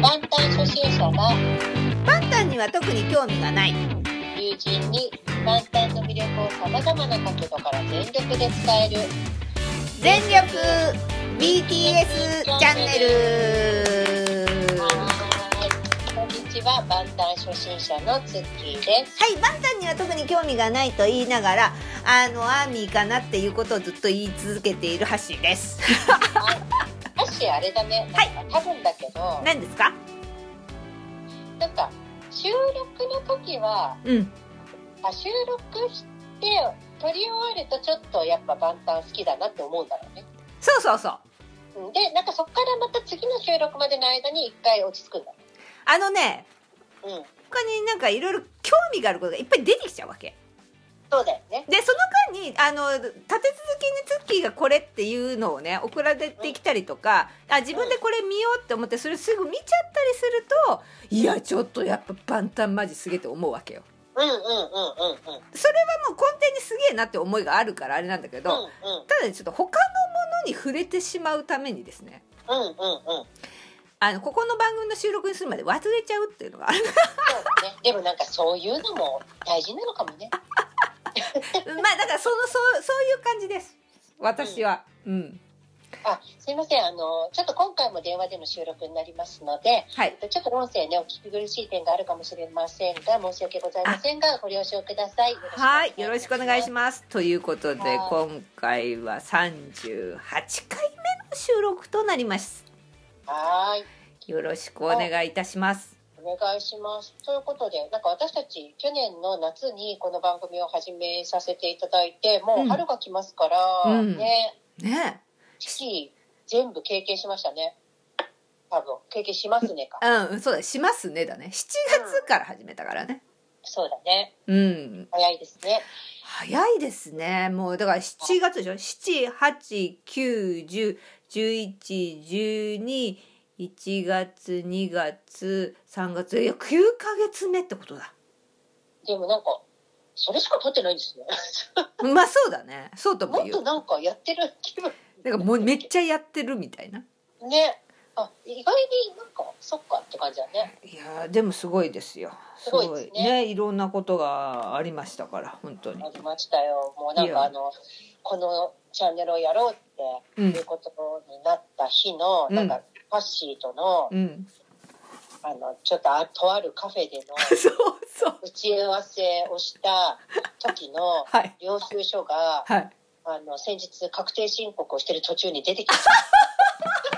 満タン初心者がパンタンには特に興味がない友人に満タンの魅力をさまざまな角度から全力で伝える全力 BTS チャンネルははいこんにちは満タン初心者のツッキーですいパンタンには特に興味がないと言いながらあのアーミーかなっていうことをずっと言い続けているハッシーですもしあれだねはいなんか多分だけど、何ですかなんか収録の時はうんあ収録して撮り終わるとちょっとやっぱ万端好きだなって思うんだろうねそうそうそううんでなんかそっからまた次の収録までの間に一回落ち着くんだあのねうん他になんかいろいろ興味があることがいっぱい出てきちゃうわけそうだよねでその間にあの立て続けにツッキーがこれっていうのをね送られてきたりとかあ自分でこれ見ようって思ってそれすぐ見ちゃったりするといやちょっとやっぱ万端マジすげえと思うわけよ。うんうんうんうんうんそれはもう根底にすげえなって思いがあるからあれなんだけど、うんただねちょっと他のものに触れてしまうためにですねうんうんうんうんあのここの番組の収録にするまで忘れちゃうっていうの があるそうだねでもなんかそういうのも大事なのかもねまあだからそのそうそういう感じです私は。うん、あすいませんあのちょっと今回も電話での収録になりますのではいちょっと音声ねお聞き苦しい点があるかもしれませんが申し訳ございませんがご了承くださいはい、よろしくお願いしまます。ということで、はい今回は三十八回目の収録となります。すはいよろしくお願いいたします。お願いします。ということで、なんか私たち去年の夏にこの番組を始めさせていただいて、もう春が来ますから、うんね、ね、四季全部経験しましたね。多分、経験しますねか。うん、そうだ、しますねだね。七月から始めたからね。そうだね。うん、早いですね。早いですね。もうだから七月でしょ。七、八、九、十、十一、十二。1月2月3月いや9ヶ月目ってことだでもなんか、それしか撮ってないんですね。まあそうだねそうとももっ言うとなんかやってる気分。なんかもうめっちゃやってるみたいな。ね。あ、意外になんか、そっかって感じだね。いやーでもすごいですよ。すごいですねいろんなことがありましたから本当にあ。りましたよ。もうなんいかやあの、このチャンネルをやろうって。うんということになった日の、うんなんかファッシーとの,、うん。 あのちょっとあとあるカフェでのそうそう。打ち合わせをした時のはい領収書がはい。あの先日確定申告をしてる途中に出てきた。は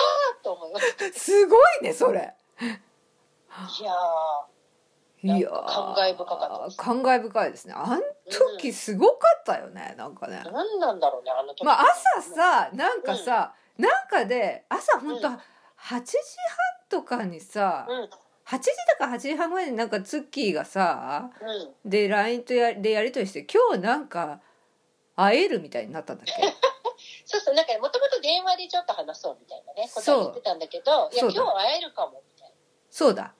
ぁと思いますごいねそれ。す。いやーいなんやかー感慨深かったです感慨深いですね。あん時すごかったよねなんかね。何なんだろうねあの時。まあ朝さなんかさ、なんかで朝本当うん八時半とかにさうんうん八時だか八時半ぐらいになんかツッキーがさで LINE とやでやり取りして今日なんか会えるみたいになったんだ っけそうそうなんかもともと電話でちょっと話そうみたいなねことは言ってたんだけどいや今そう日だ会えるかもみたいそうだな。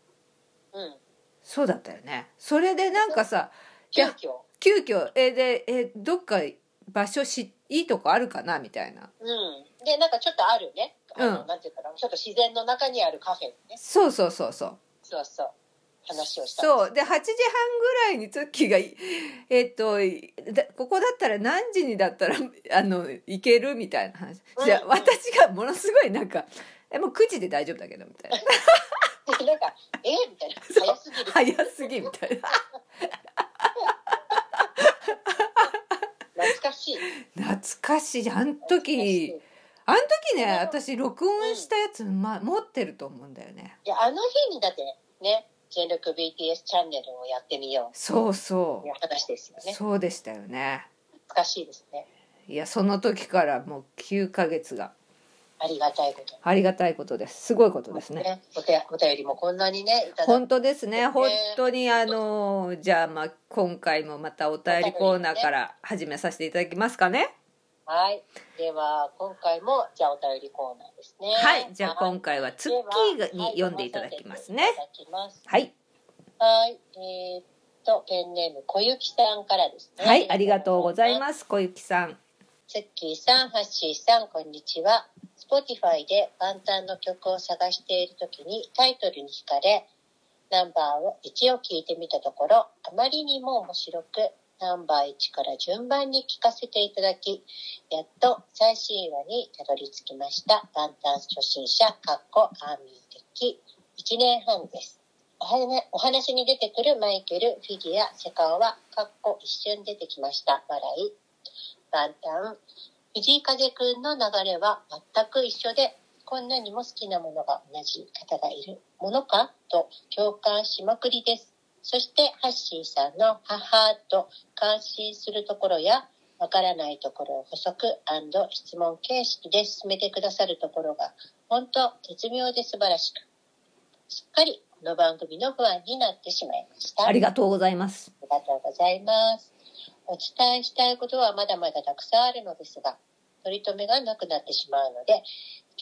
うんそうだったよねそれでなんかさい急や遽。急遽えでえどっか場所しいいとこあるかなみたいなうん、でなんかちょっとあるね、あのうんなんていうかなちょっと自然の中にあるカフェにねそうそうそうそうそうそう話をしたそうで8時半ぐらいにツッキーがい「えっといだここだったら何時にだったら あの行ける?」みたいな話うんじゃあ私がものすごいなんか「えもう9時で大丈夫だけど」みたいなでなんか「えみたいなそ早うすぎる早すぎみたいな懐かしい懐かしいあん懐かしい時あの時ねうん私録音したやつ、ま、持ってると思うんだよねいやあの日にだってね「全力 BTS チャンネル」をやってみようそうっそていう話ですようねそうでしたよね懐かしいですねいやその時からもう9ヶ月がありがたいことありがたいことですすごいことですねねお手お便りもこんなにねいただいて本当ですねね本当にあのじゃあまあ今回もまたお便りコーナーから始めさせていただきますかねはいでは今回もじゃあお便りコーナーですねはいじゃあはい今回はツッキーではには読んでいただきますね読ませていただきますはいはい、えーっと、ペンネーム小雪さんからですね。はいありがとうございす。ます小雪さんツッキーさん、ハッシーさん、こんにちは。 Spotify で万端の曲を探している時にタイトルに惹かれ、ナンバーを1を聞いてみたところ、あまりにも面白く、ナンバー1から順番に聞かせていただき、やっと最新話にたどり着きました。万端初心者、カッコアーミー的1年半です。おはなお話に出てくるマイケル、フィギュア、セカオは、カッコ一瞬出てきました。笑い。万端。藤井風くんの流れは全く一緒で、こんなにも好きなものが同じ方がいるものかと共感しまくりです。そして、ハッシーさんの母と感心するところや、わからないところを補足質問形式で進めてくださるところが、本当絶妙で素晴らしく、すっかりこの番組の不安になってしまいました。ありがとうございます。ありがとうございます。お伝えしたいことはまだまだたくさんあるのですが、取り留めがなくなってしまうので、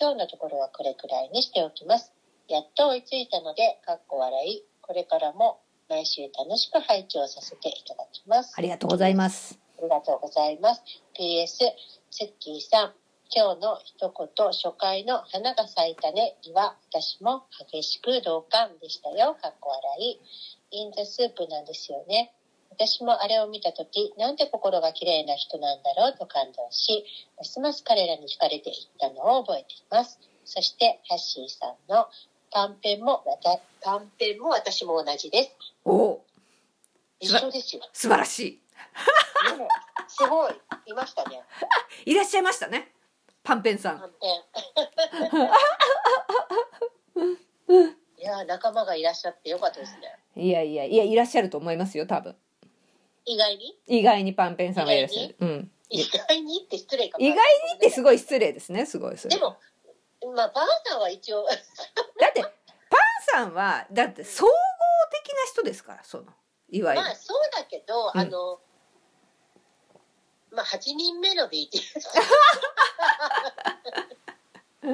今日のところはこれくらいにしておきます。やっと追いついたので、かっこ笑い、これからも毎週楽しく拝聴させていただきます。ありがとうございます。ありがとうございます。PS、ツッキーさん、今日の一言、初回の花が咲いたねには、私も激しく同感でしたよ。かっこ笑い。インザスープなんですよね。私もあれを見たとき、なんて心が綺麗な人なんだろうと感動し、ますます彼らに惹かれていったのを覚えています。そして、ハッシーさんのパンペンも、わたパンペンも私も同じです。お一緒ですよ。素晴らしねすごい。いましたね。い。いらっしゃいましたね。パンペンさん。反転。 いやー仲間がいらっしゃってよかったですね。いやいやいやいらっしゃると思いますよ多分。意外に意外にパンペンさんはいらっしゃる。うん。意外にって失礼かも。意外にってすごい失礼ですね。すごいそれ。でも、まあ、ばあさんは一応、だってパンさんはだって総合的な人ですからそのいわゆまるあ、そうだけど、うんあの、まあ、8人目の BTS。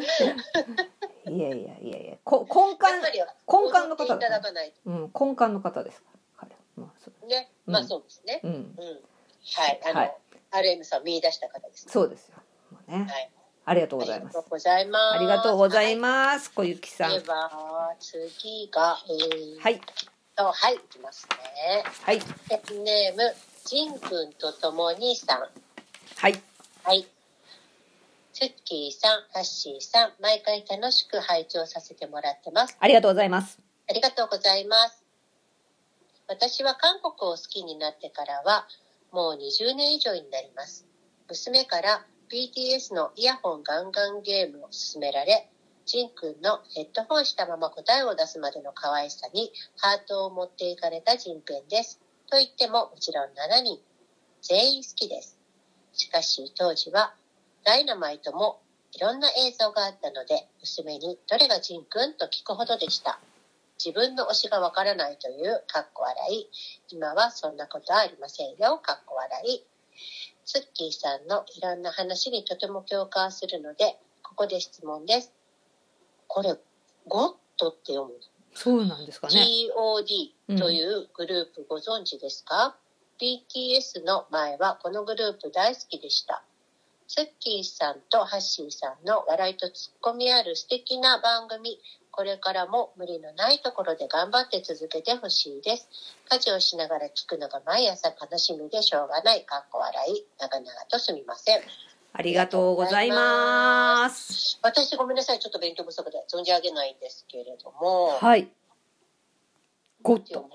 いやいやいやいやこ根やっぱ幹りは、根幹の踊方っていただだ、ね、かないうん根幹の方ですから彼まあそうとね。うんまあ、そうですね。うんうん。はい。あの、はい RM さんを見出した方です。そうですよもうはねい。ありがとうござありいまがすとうございます。ありがとうござはいいます小雪さんでは次がえー、はいとはいいきますねはいペンネームジンくんとともにさんはいはいツッキーさんハッシーさん毎回楽しく拝聴させてもらってますありがとうございますありがとうございます私は韓国を好きになってからはもう20年以上になります娘から BTS のイヤホンガンガンゲームを勧められジンくんのヘッドホンしたまま答えを出すまでの可愛さにハートを持っていかれたジンペンです。と言ってももちろん7人、全員好きです。しかし当時はダイナマイトもいろんな映像があったので娘にどれがジンくんと聞くほどでした。自分の推しがわからないというかっこ笑い。今はそんなことはありませんよ、かっこ笑い。ツッキーさんのいろんな話にとても共感するので、ここで質問です。これ、ゴッドって読むそうなんですかね GOD というグループご存知ですか、?BTS の前はこのグループ大好きでした。ツッキーさんとハッシーさんの笑いとツッコミある素敵な番組、これからも無理のないところで頑張って続けてほしいです。家事をしながら聞くのが毎朝楽しみでしょうがない、かっこ笑い、長々とすみません。ありがとうございます私ごめんなさい、ちょっと勉強不足で存じ上げないんですけれども、はいゴッいド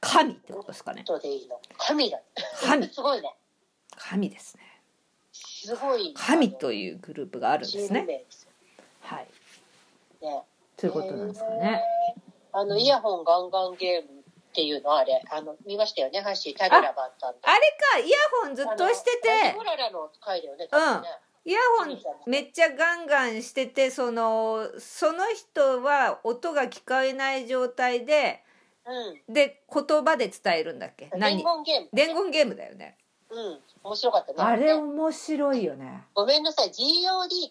神ってことですかねとでいいの。神だ。神すごいね。神ですねすごい。神というグループがあるんですチームね名ですはいよね。ということなんですかね。へー。あの、イヤホンガンガンゲームっていうのあれ、あの、見ましたよね、ハッシー、タグラバンさんの。あれかイヤホンずっとしあてのラジてオララの回だよね、ねイヤホンめっちゃガンガンしててそのその人は音が聞こえない状態でで言葉で伝えるんだっけうん。伝何言ゲーム。伝言ゲームだよねうん。面白かったね。あれ面白いよねごめんなさい、GOD っ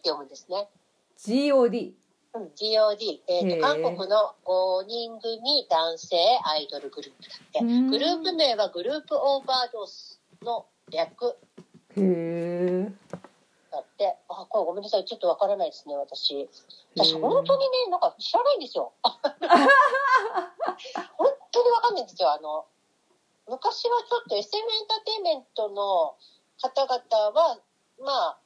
て読むんですね。 GOD うん、GOD。えへーーと、韓国の5人組男性アイドルグループだって。うんグループ名はグループオーバードースの略。へえなって、あ、これごめんなさい、ちょっとわからないですね、私。私、へー本当にね、なんか知らないんですよ。 本当にわかんないんですよ。あの、昔はちょっと SM エンターテインメントの方々は、まあ、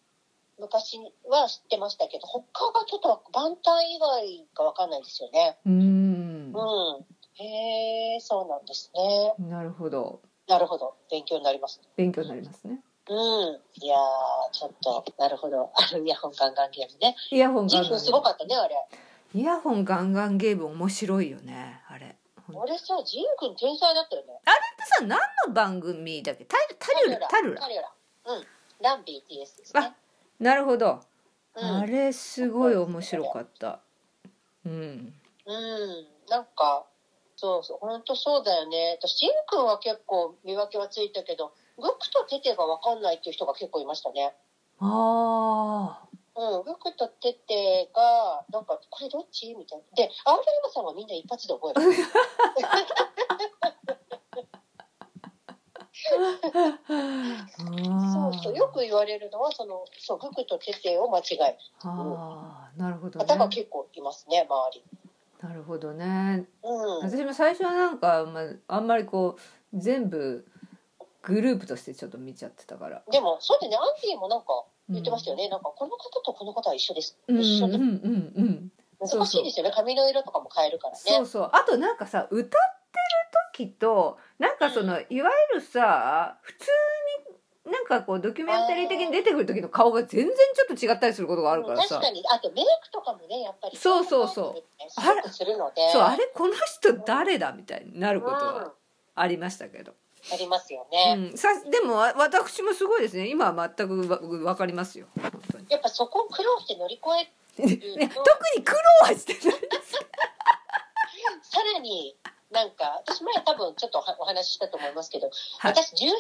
昔は知ってましたけど、他がちょっと万端以外がわかんないですよね。うんうん。へえ、そうなんですね。なるほどなるほど。勉強になります。勉強になりますねうん。いやー、ちょっと、なるほど。あの、イヤホンガンガンゲームね。イヤホンジガンーガ君ンすごかったね、あれ。イヤホンガンガンゲーム面白いよねあれ俺さ、ジー君天才だったよね。さ何の番組だっけタルタルラタルラタルラ。うん。ラン BTS ですね。なるほど、うん。あれすごい面白かったうんうん。なんか、そうそう、ほんとそうだよね。私、ジー君は結構見分けはついたけど、グクとテテがわかんないっていう人が結構いましたね。ああうん、グクとテテが、なんか、これどっちみたいな。で、アウレマさんはみんな一発で覚える。そうそう、よく言われるのは、その、そう、グクとテテを間違えるああなるほど方がね結構いますね、周り。なるほどねうん。私も最初はなんか、まあ、あんまりこう全部グループとしてちょっと見ちゃってたからでも、そうだよね、アンディもなんか言ってましたよねね。なんか、この方とこの方は一緒です。うんう一緒んでうんうんそうそう難しいですよね。髪の色とかも変えるからね。そうそうあとなんかさ歌ってる時となんかそのいわゆるさ普通になんかこうドキュメンタリー的に出てくる時の顔が全然ちょっと違ったりすることがあるからさ確かに、あとメイクとかもね、やっぱり。そうそうそうう。すごくするので。そうあれこの人誰だみたいになることうんはありましたけど、ありますようね。ん、さでもわ私もすごいですね今は全くわ分かりますよ本当に。やっぱそこを苦労して乗り越え、いや特に苦労はしてないさらに、なんか、私前多分ちょっとおお話ししたと思いますけど、はい私12人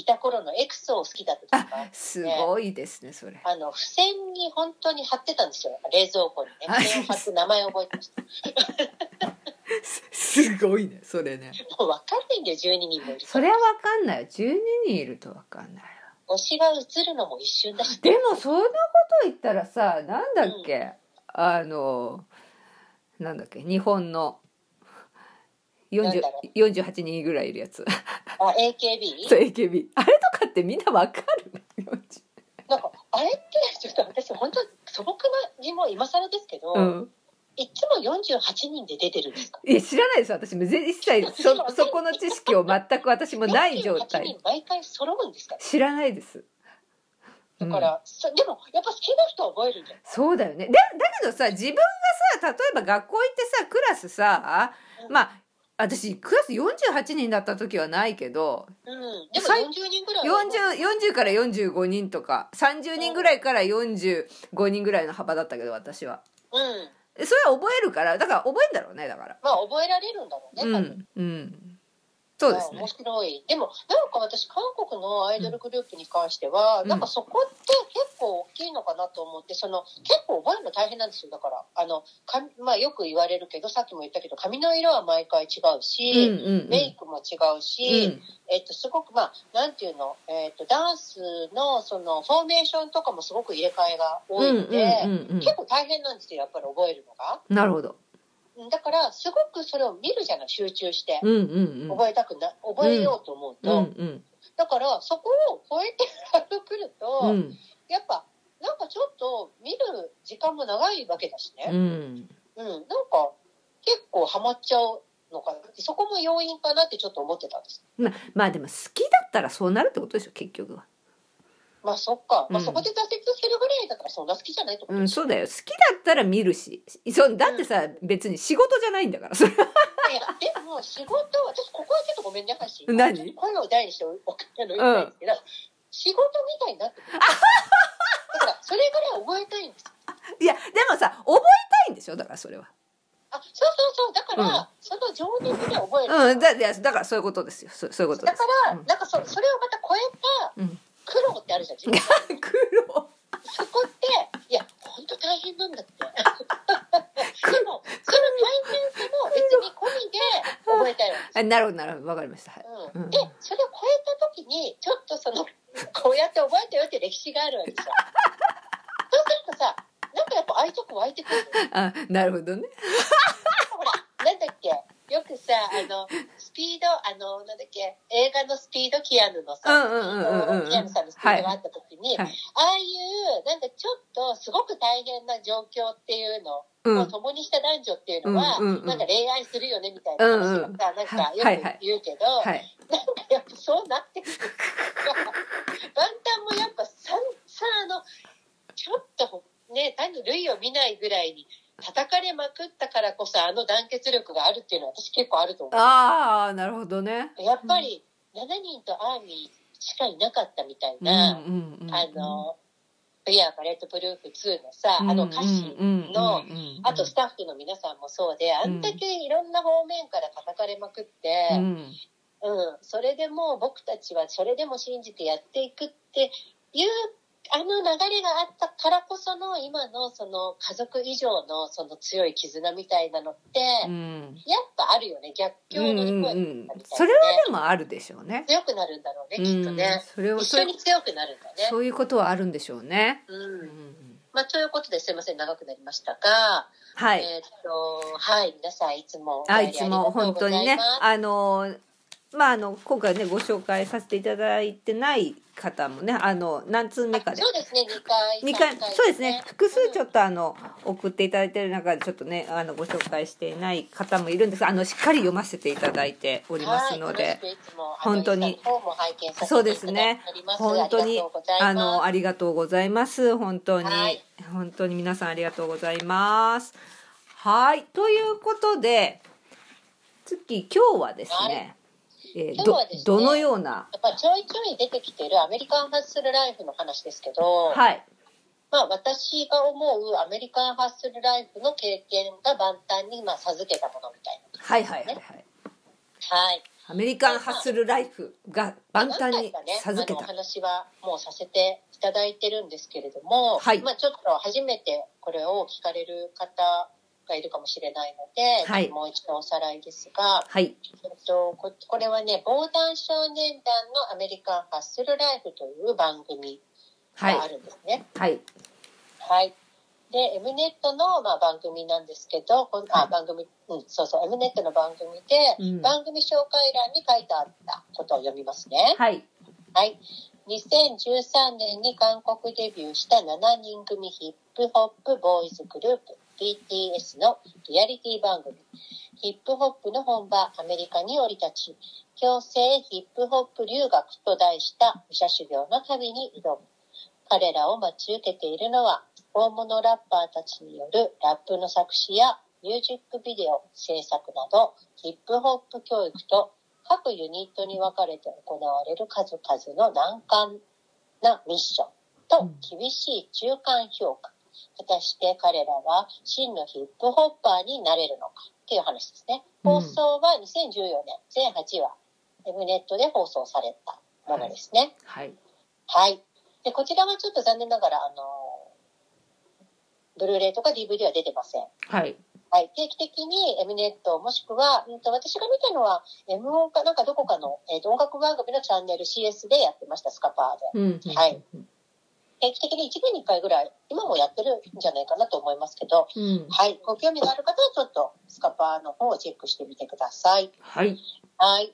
いた頃のエクソを好きだったとか、すごいですねそれあの、付箋に本当に貼ってたんですよ。冷蔵庫にね。はい付箋を貼って名前覚えてました。すすごいねそれねもうわかんないんだよ、12人もいるそから。れは分かんないよ12人いると分かんないよ推しが映るのも一瞬だし。でもそんなこと言ったらさなんだっけ、あのなんだっけ日本のなん40だろ48人ぐらいいるやつあ、AKB? そう AKB あれとかってみんなわかる40なんか、あれって、ちょっと私本当素朴な疑問、今更ですけど、うんいつも48人で出てるんですかいや知らないです私も全一 切そそこの知識を全く私もない状48態人毎回揃うんですか知らないですだうんから、そでもやっぱ好きな人は覚えるんじゃないそうだよね。でだけどさ自分がさ例えば学校行ってさクラスさうんまあ私クラス48人だった時はないけどうん、でも最40人ぐらいは 40, 40から45人とか30人ぐらいから45人ぐらいの幅だったけど私は。うんそれは覚えるからだから覚えんだろうねだから。まあ覚えられるんだろうね、う多分ん、うん、そうでますあね面。白いでもなんか私韓国のアイドルグループに関しては、うんなんかそこって結構大きいのかなと思ってその結構覚えるの大変なんですよだからあのか、まあ、よく言われるけどさっきも言ったけど髪の色は毎回違ううんうんし、うんメイクも違うし、うんえっと、すごく、まあ、なんていうの、えっと、ダンスの、その、フォーメーションとかもすごく入れ替えが多いので、うんうんうん結構大変なんですよ、やっぱり覚えるのが。うんなるほど。うんだから、すごくそれを見るじゃない、集中して。うんうんうん。覚えたくな、覚えようと思ううと。んだから、そこを超えてくると、うんうんやっぱ、なんかちょっと見る時間も長いわけだしうね。ん。うん、なんか、結構ハマっちゃうのかなってそこも要因かなってちょっと思ってたんです。まあまあでも好きだったらそうなるってことでしょ結局は。まあそっか、まあ、うんそこで挫折するぐらいだからそんな好きじゃないってことうでん、しょ、そうだよ。好きだったら見るし。そうだってさ、別に仕事じゃないんだから。それいやでも仕事私ここはちょっとごめんね話何ちょっと声を大にしておおあの言いたいんですけど、仕事みたいになってく るだからそれぐらい覚えたいんですいや、でもさ、覚えたいんでしょだからそれは。あそうそうそうだから、うんその情熱で覚える、うん、だいやだからそういうことですよ。そそういうことだでかす。ら、なんかそそれをまた超えたうん苦労ってあるじゃん自分苦労。そこっていや本当大変なんだって でもその大変さも別に込みで覚えたいわけあなるほど、なるほど。わかりました。はい。うんで それを超えた時にちょっとそのこうやって覚えたよって歴史があるわけじゃんもうああいうとこ湧いてくるのあなるほどねほら、なんだっけ、よくさ、あの、スピード、あの、なんだっけ、映画のスピードキアヌのうんさ、うんうんうんうんキアヌさんのスピードがあった時に、はいはいああいう、なんかちょっとすごく大変な状況っていうのうんを共にした男女っていうのは、うんうんうんなんか恋愛するよねみたいな話がさ、うんうんなんかよはいはいく言うけど、はいなんか やっぱそうなってくる から、万端もやっぱさんさんあの、ちょっとね、他に類を見ないぐらいに叩かれまくったからこそあの団結力があるっていうのは私結構あると思ああなるほどねう。やっぱり7人とアーミーしかいなかったみたいうんうな、んうんあの、We Are Bullet Proof 2のさ、あの歌詞、のあとスタッフの皆さんもそうで、あんだけいろんな方面から叩かれまくって、うんうん、それでもう僕たちはそれでも信じてやっていくっていうあの流れがあったからこその今のその家族以上のその強い絆みたいなのって、うんやっぱあるよね逆境うんをう乗りん越えうてんそれはでもあるでしょうね強くなるんだろうね、きっとうんねそれを一そ緒うに強くなるんだね。そういうことはあるんでしょうねううんんうんまあ、ということですいません長くなりましたが、はいえーっとはい皆さんいつもお便ありいつありがともう本ござ当にいねますあのまああの今回ねご紹介させていただいてない方もねあの何通目かでそうですね2回二回三回そうですね複数ちょと、っとあの送っていただいてる中でちょっとねあのご紹介していない方もいるんですがあのしっかり読ませていただいておりますので、はい、よろしくいつもあの本当にインスタの方も拝見させていただいてそうですねおります本当にありがとうございますあのありがとうございます本当に、はい本当に皆さんありがとうございますはいということで月今日はですね、えー今日どはですねどのようなやっぱちょいちょい出てきてるアメリカンハッスルライフの話ですけど、はいまあ私が思うアメリカンハッスルライフの経験が万端にまあ授けたものみたいはいはいはいはいな。はい。アメリカンハッスルライフが万端何に授け回かね、あのおた話はもうさせていただいてるんですけれども、はいまあちょっと初めてこれを聞かれる方がいるかもしれないので、はいもう一度おさらいですが、はいえっと、ここれはね、防弾少年団のアメリカンハッスルライフという番組はいがあるんですね。はいはい。で、M ネットの、まあ、番組なんですけど、こんあ番組、うん、そうそう、M ネットの番組で、うん番組紹介欄に書いてあったことを読みますね。はいはい。2013年に韓国デビューした7人組ヒップホップボーイズグループ BTS のリアリティ番組ヒップホップの本場アメリカに降り立ち強制ヒップホップ留学と題した武者修行の旅に挑む彼らを待ち受けているのは大物ラッパーたちによるラップの作詞やミュージックビデオ制作などヒップホップ教育と各ユニットに分かれて行われる数々の難関なミッションと厳しい中間評価。果たして彼らは真のヒップホッパーになれるのかっていう話ですね。うん放送は2014年、全8話、M ネットで放送されたものですね。はいはい。で、こちらはちょっと残念ながら、あの、ブルーレイとか DVD は出てません。はいはい、定期的に M ネットもしくは、うん、と私が見たのは M 音かなんかどこかの、えー、と音楽番組のチャンネル CS でやってましたスカパーでうんはい定期的に1年に1回ぐらい今もやってるんじゃないかなと思いますけど、うんはい、ご興味がある方はちょっとスカパーの方をチェックしてみてください。はいはい。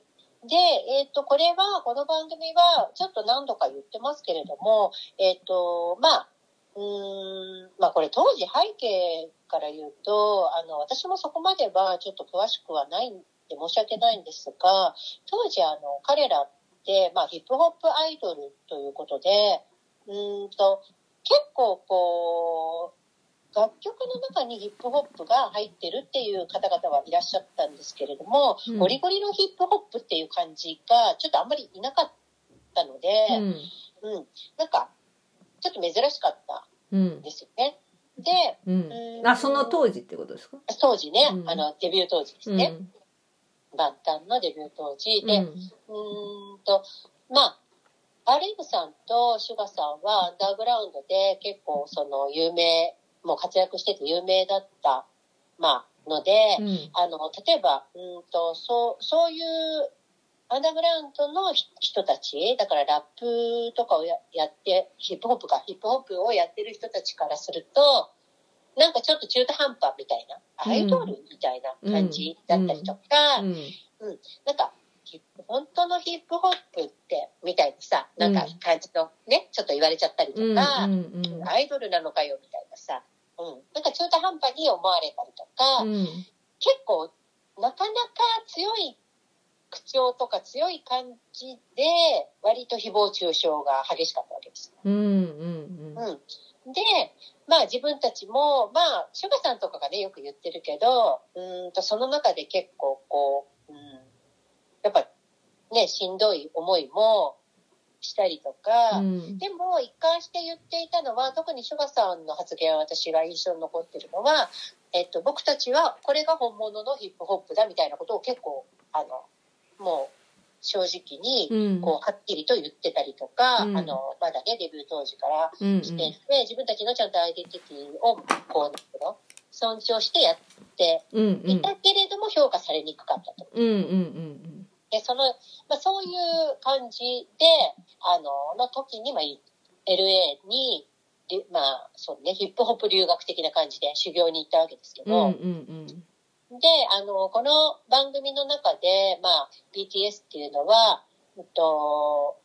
で、えっ、と、これは、この番組は、ちょっと何度か言ってますけれども、えっ、と、まあ、うーん、まあこれ当時背景から言うと、あの、私もそこまではちょっと詳しくはないんで申し訳ないんですが、当時あの、彼らって、まあヒップホップアイドルということで、うーんと、結構こう、楽曲の中にヒップホップが入ってるっていう方々はいらっしゃったんですけれども、うんゴリゴリのヒップホップっていう感じがちょっとあんまりいなかったので、うんうんなんかちょっと珍しかったうんんですよね。でうんあその当時ってことですか当時ね、うんあのデビュー当時ですね、万端のデビュー当時うんで、うーんと、まあ、アレブさんとシュガさんはアンダーグラウンドで結構その有名、もう活躍してて有名だった、まあ、ので、うんあの、例えば、うんと、そう、そういうアンダーグラウンドのひ人たち、だからラップとかをややって、ヒップホップか、ヒップホップをやってる人たちからすると、なんかちょっと中途半端みたいな、アイドルみたいな感じだったりとか、うんなんか、ヒップ本当のヒップホップって、みたいなさ、なんか感じのね、ちょっと言われちゃったりとうんか、うんうんアイドルなのかよみたいなさ、うん、なんか中途半端に思われたりとか、うん結構なかなか強い口調とか強い感じで割と誹謗中傷が激しかったわけですよ。うんうんうんうん、でまあ自分たちもまあシュガさんとかがねよく言ってるけどうーんとその中で結構こう、うん、やっぱねしんどい思いもしたりとか、うんでも一貫して言っていたのは特にシュガさんの発言は私が印象に残ってるのは、えっと、僕たちはこれが本物のヒップホップだみたいなことを結構あのもう正直にうんこうはっきりと言ってたりとか、うんあのまだねデビュー当時からうんうん来ていて、自分たちのちゃんとアイデンティティをこうなんていうの尊重してやってうんうんいたけれども評価されにくかったと。うんうんで、その、まあ、そういう感じで、あの、の時に、まあ、い LA に、りまあ、そうね、ヒップホップ留学的な感じで修行に行ったわけですけうんうんうんど、で、あの、この番組の中で、まあ、BTS っていうのは、えっと、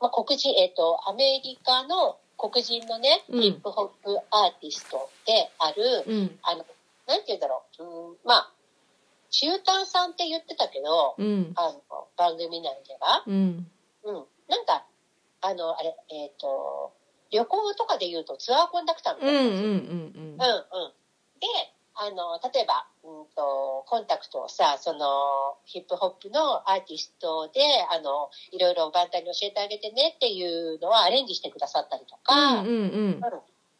まあ、黒人、えっと、アメリカの黒人のね、うんヒップホップアーティストである、うんあの、なんて言うんだろう、うん、まあ、シューターさんって言ってたけど、うんあの、番組内では。うんうん。なんか、あの、あれ、えっ、と、旅行とかで言うとツアーコンダクターみうたいなんうやんつ。ううん、うん。んで、あの、例えば、うんと、コンタクトをさ、その、ヒップホップのアーティストで、あの、いろいろバンタに教えてあげてねっていうのはアレンジしてくださったりとか、うんうんうん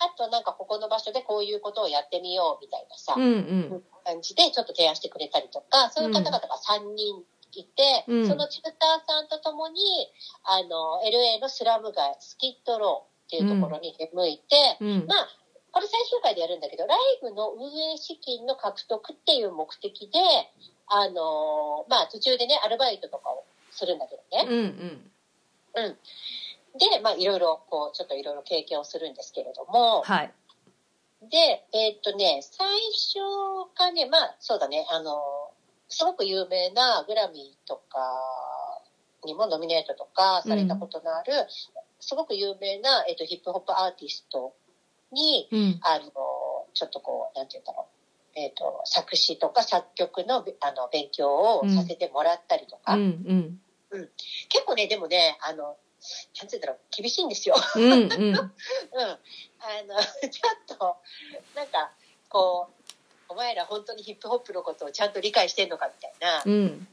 あとなんかここの場所でこういうことをやってみようみたいなさ、うんうん感じでちょっと提案してくれたりとか、そういう方々が3人いて、うんそのチューターさんと共に、あの、LA のスラム街、スキットローっていうところに出向いて、うんまあ、これ最終回でやるんだけど、ライブの運営資金の獲得っていう目的で、あの、まあ途中でね、アルバイトとかをするんだけどね。うんうんうん。で、まあいろいろ、こう、ちょっといろいろ経験をするんですけれども、はいで、えーっとね、最初がね、まあ、そうだね、あの、すごく有名なグラミーとかにもノミネートとかされたことのある、すごく有名な、えーっと、ヒップホップアーティストに、うんあの、ちょっとこう、なんて言うんだろう、えーっと、作詞とか作曲のべあの勉強をさせてもらったりとうか、んうん結構ね、でもね、あの、なんて言うんだろう、厳しいんですよ。うんうんうん、あの ちょっとなんかこうお前ら本当にヒップホップのことをちゃんと理解してんのかみたいな、うん、うん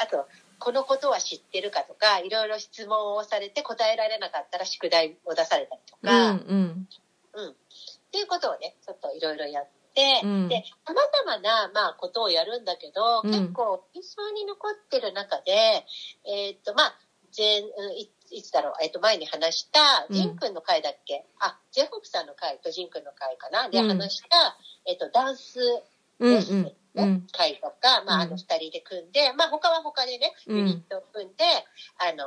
あとこのことは知ってるかとかいろいろ質問をされて答えられなかったら宿題を出されたりとうか、んうんっていうことをねちょっといろいろやって、うんでさまざまな、まあ、ことをやるんだけど、うん結構印象に残ってる中でえーっとまあ前うんいいつだろう、えーっと前に話したうんジンくんの回だっけ、あジェフォクさんの回とジンくんの回かなでうん話した、えーっとダンスうんうんうん会とか、まあ、あうんの二人で組んで、まあ、他は他でね、うんユニットを組んで、あの、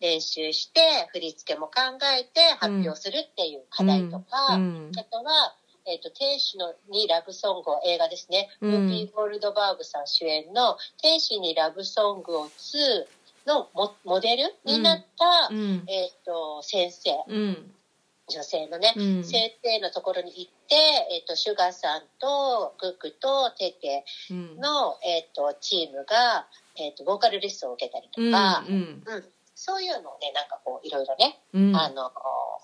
練習して、振り付けも考えて、発表するっていう課題とか、うんあとは、えっ、と、天使のにラブソングを映画ですね。うんムーピー・ゴールドバーグさん主演の天使にラブソングを2のモモデルになった、うんえっ、と、先生、うん女性のね、うん先生のところに行って、えっ、と、シュガーさんと、グックと、テテうんの、えっ、と、チームが、えっ、と、ボーカルレッスンを受けたりとか、うんうんそういうのをね、なんかこう、いろいろね、うんあの、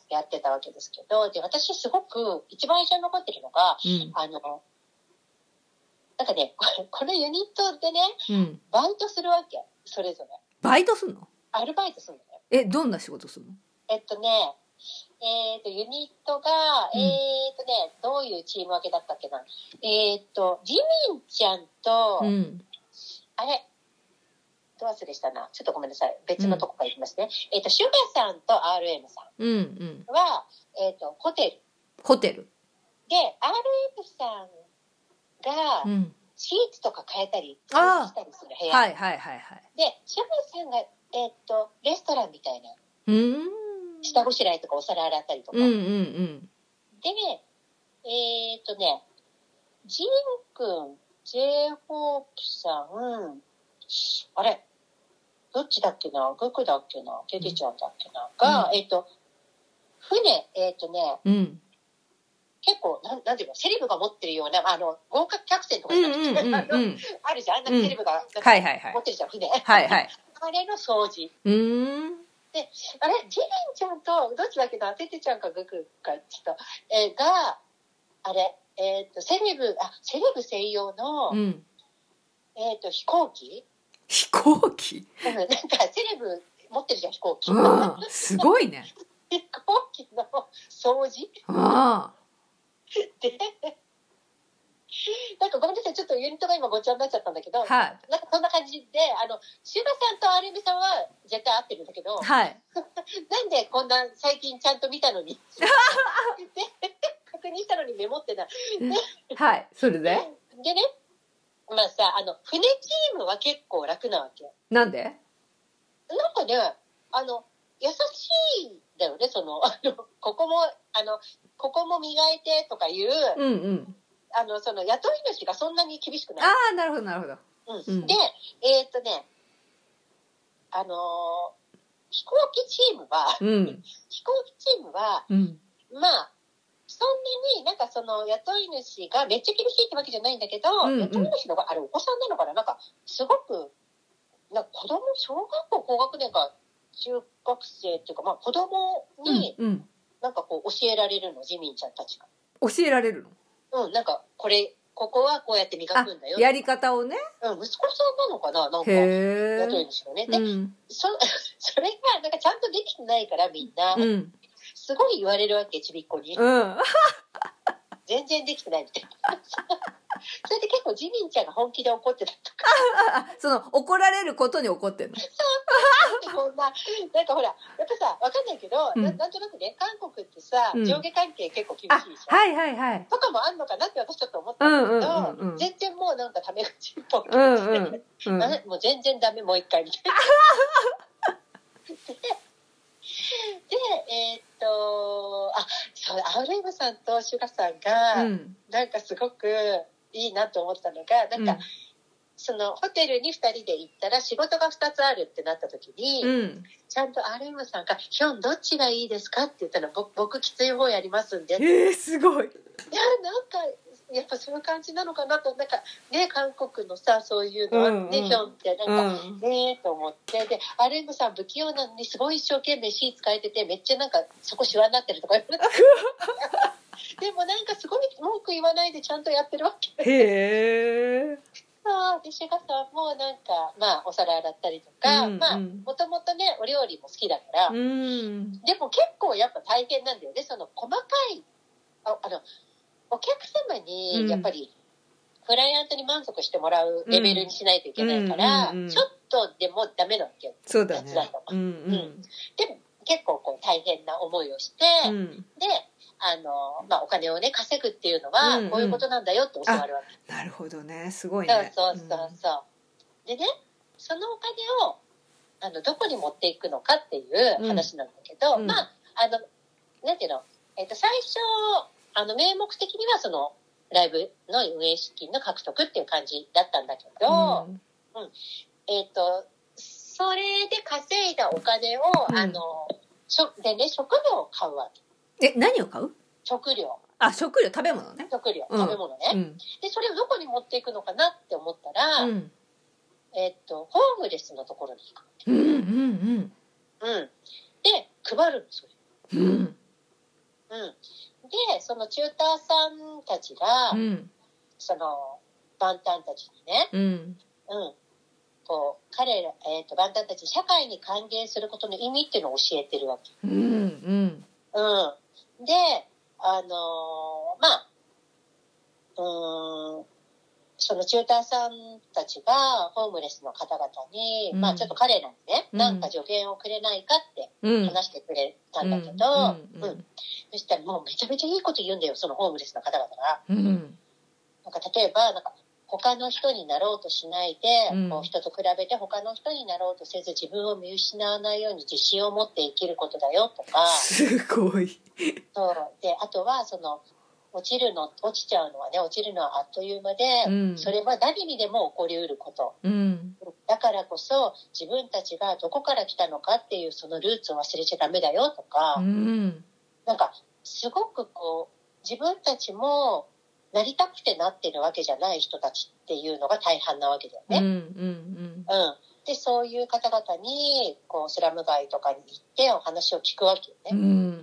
やってたわけですけど、で、私すごく一番印象に残ってるのが、うんあの、なんかね、 これこのユニットでね、うんバイトするわけ、それぞれ。バイトすんのアルバイトするのね。えどんな仕事すんのえっとね、えっ、と、ユニットが、うんえっ、とね、どういうチーム分けだったっけな。えっ、と、ジミンちゃんと、うんあれ、どう忘れしたな。ちょっとごめんなさい。別のとこから行きますね。えっ、と、シュガさんと RM さうんうんんは、えっ、と、ホテル。ホテルで、RM さんうがんシーツとか変えたり、あーしたりする部屋。はいはいはいはいで、シャムさんが、えーっと、レストランみたいな、うん下ごしらえとかお皿洗ったりとか。うんうで、んえっ、ー、とね、ジンくん、J ホープさん、あれどっちだっけなグクだっけなケケちゃんだっけなが、えっ、と、船、えっ、とね、うん。結構、なんなんていうの、セリブが持ってるような、あの、合格客船とかうじんゃうなくて、んうんあうのん。あるじゃん、あんなセリブが、なんかはいはいはい持。ってるじゃん、船。はいはい。あれの掃除。うーん。あれジリンちゃんと、どっちだっけなテテちゃんかグクか、ちょっと、えーが、あれ、えっ、と、セレブ、あ、セレブ専用の、うん。えっ、と、飛行機飛行機。うんなんか、セレブ持ってるじゃん、飛行機。う飛ん。すごいね。行機の掃除あで、なんかごめんなさい、ちょっとユニットが今ごちゃになっちゃったんだけど、あ。はい。なんかそんな感じで、あの、シュガさんとアルミさんは絶対合ってるんだけど、はい。なんでこんな最近ちゃんと見たの に。で確認したのにメモってない。はい。それで。でね、まあさ、あの、船チームは結構楽なわけ。なんで。なんかね、あの、優しいんだよね、その、あの、ここも、あの、ここも磨いてとかいう、うんうん。あの、その、雇い主がそんなに厳しくないあ。あ、なるほど、なるほど。うんうんで、えーっとね、あのー飛行機チームは、 うん。飛行機チームは、うん。まあ、そんなになんかその雇い主がめっちゃ厳しいってわけじゃないんだけど、うんうん雇い主のがあれお子さんなのかななんかすごく、なんか子供、小学校高学年か中学生っていうか、まあ子供うんに。うん。なんかこう教えられるの、ジミンちゃんたちが。教えられるの。うん、なんかこれ、ここはこうやって磨あくんだよ。、やり方をね。うん、息子さんなのかななんか、へ雇いえ。主のね。で、うん。そ それがなんかちゃんとできてないからみんなう、ん。すごい言われるわけ、ちびっこに。うん。 全然できてないみたいな。 それで結構ジミンちゃんが本気で怒ってたとか、その怒られることに怒ってんの。そんな、なんかほら、やっぱさ、わかんないけど、うんななんとなくね、韓国ってさ、うん上下関係結構厳あしいじ、ゃん。はいはいはい。とかもあんのかなって私ちょっと思ったうんんだうんけど、うんうん。全然もうなんかタメ口っぽくて、うんうんう ん。あもう全然ダメ、もう一回みたいな。 で、でえーっと、あ、そう、アウレイムさんとシュガさんが、うん。なんかすごくいいなと思ったのが、なんか、そのホテルに2人で行ったら仕事が2つあるってなった時に、うん。ちゃんと RM さんが「ヒョンどっちがいいですか?」って言ったら「僕僕きつい方やりますんで」いやええ、すごい。なんかやっぱそういう感じなのかなとなんかね韓国のさそういうのはね、うんうんヒョンってなんうか。ん。ねえと思ってで RM さん不器用なのにすごい一生懸命 C 使えててめっちゃなんかそこシワになってるとか言われて でもなんかすごい文句言わないでちゃんとやってるわけへえ。そう、で、シュガさんもなんか、まあ、お皿洗ったりとか、うんまあ、うんもともとね、お料理も好きだから、うん。でも結構やっぱ大変なんだよね、その細かい、ああの、お客様うんに、やっぱり、クライアントに満足してもらうレベルにしないといけないから、うんうんうんうんちょっとでもダメなわけよ。そうだね手伝うと。かうんうん。でも、結構こう大変な思いをして、うん。で、あの、まあ、お金をね、稼ぐっていうのはうんうん、こういうことなんだよって教わるわけ。なるほどね。すごいそうね。そうそうそう。でね、そのお金をあのどこに持っていくのかっていう話なんだけど、うんうんまあ、あの、なんていうの、えっ、と、最初、あの、名目的にはその、ライブの運営資金の獲得っていう感じだったんだけど、うんえっ、と、それで稼いだお金を、うんあの、しょでね、食料を買うわけ。え、何を買う食料、あ、食料、食べ物ね。食料、うん食べ物ね。うん。で、それをどこに持っていくのかなって思ったら、うん。えっ、と、ホームレスのところに行く。うんうんうん、で配るのそれ、うん。うん。うん、でそのチューターさんたちが、うん。その万端たちにね、うん。うん、こう彼ら、えー、と万端たちに社会に還元することの意味っていうのを教えてるわけ、うんうん。うん、であのーまあうーんそのチューターさんたちがホームレスの方々に、うんまあちょっと彼らにね、うんなんか助言をくれないかってうん。話してくれたんだけど、うんうんそしたらもうめちゃめちゃいいこと言うんだよ、そのホームレスの方々が。うん。うん。なんか例えば、なんか他の人になろうとしないで、うんこう人と比べて他の人になろうとせず自分を見失わないように自信を持って生きることだよとか、すごい。そうであとはその、落ちるの落ちちゃうのはね落ちるのはあっという間で、うんそれは誰にでも起こりうることうんだからこそ自分たちがどこから来たのかっていうそのルーツを忘れちゃダメだよとか、うんなんかすごくこう自分たちもなりたくてなってるわけじゃない人たちっていうのが大半なわけだようんうね。んうんでそういう方々にこうスラム街とかに行ってお話を聞くわけよね。うんうん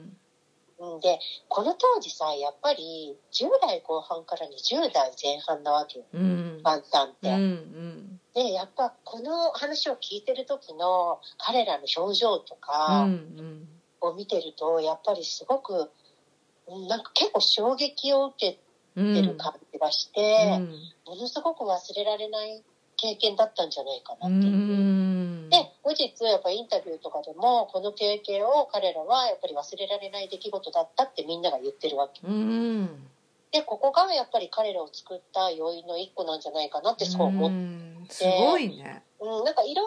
でこの当時さやっぱり10代後半から20代前半なわけようんバンタンって。うんうんでやっぱこの話を聞いてる時の彼らの表情とうかんを見てると、やっぱりすごくうんなんか結構衝撃を受けうんてる感じがして、ものすごく忘れられない経験だったんじゃないかなうっていう。んで後日やっぱインタビューとかでもこの経験を彼らはやっぱり忘れられない出来事だったってみんなが言ってるわけうんでここがやっぱり彼らを作った要因の一個なんじゃないかなってそう思っうんすごいねうん、なんかいろん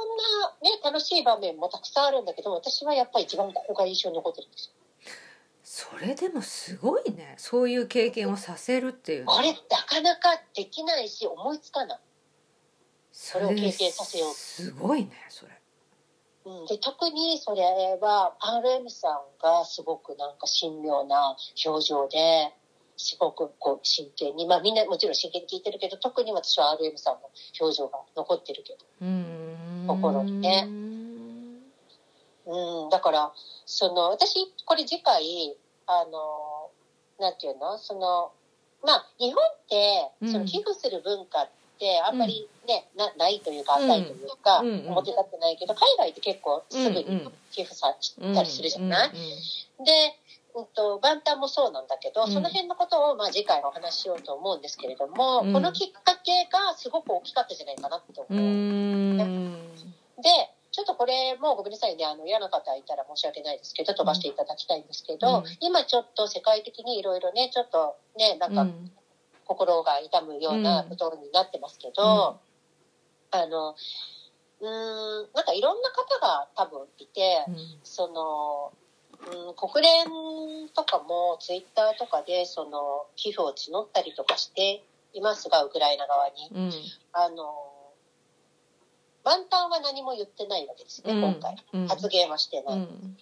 な、ね、楽しい場面もたくさんあるんだけど私はやっぱり一番ここが印象に残ってるんですよ。それでもすごいねそういう経験をさせるっていうのこれなかなかできないし思いつかない。それを経験させようすごいねそれうん、で特にそれは RM さんがすごくなんか神妙な表情ですごくこう真剣にまあみんなもちろん真剣に聞いてるけど特に私は RM さんの表情が残ってるけど。うん心にねうん、だからその私これ次回あのなんていうのそのまあ日本ってそうのん寄付する文化ってあんまりね、なないというかうん浅いというか、うんうん表立ってないけど海外って結構すぐうんうにん寄付さしたりするじゃない、うんうんうんで、うん、と元旦もそうなんだけど、うんその辺のことをまあ次回お話ししようと思うんですけれども、うんこのきっかけがすごく大きかったじゃないかなって思うう。ーんで、ちょっとこれもごめんなさいね、あの嫌な方いたら申し訳ないですけど、飛ばしていただきたいんですけど、うん今ちょっと世界的にいろいろね、ちょっとね、なんうかん心が痛むようなうこんとになってますけど、あの、うーん、なんかいろんな方が多分いて、うんその、うん、国連とかもツイッターとかでその寄付を募ったりとかしていますが、ウクライナ側に。うんあの、満タンは何も言ってないわけですね、うん今回。うん発言はしてない。ううんん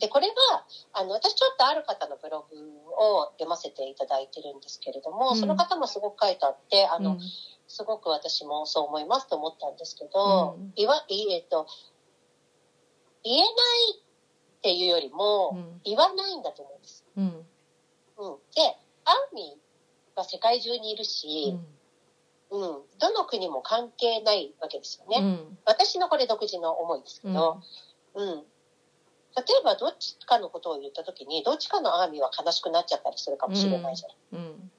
で、これは、あの、私ちょっとある方のブログを読ませていただいてるんですけれども、うんその方もすごく書いてあって、あの、うんすごく私もそう思いますと思ったんですけど、うんいわ、いえっと、言えないっていうよりも、言わないんだと思うんです。うんうんうん。で、アーミーは世界中にいるし、うん、どの国も関係ないわけですよね。うん私のこれ独自の思いですけど、うん例えばどっちかのことを言った時にどっちかのアーミーは悲しくなっちゃったりするかもしれないじゃない、うん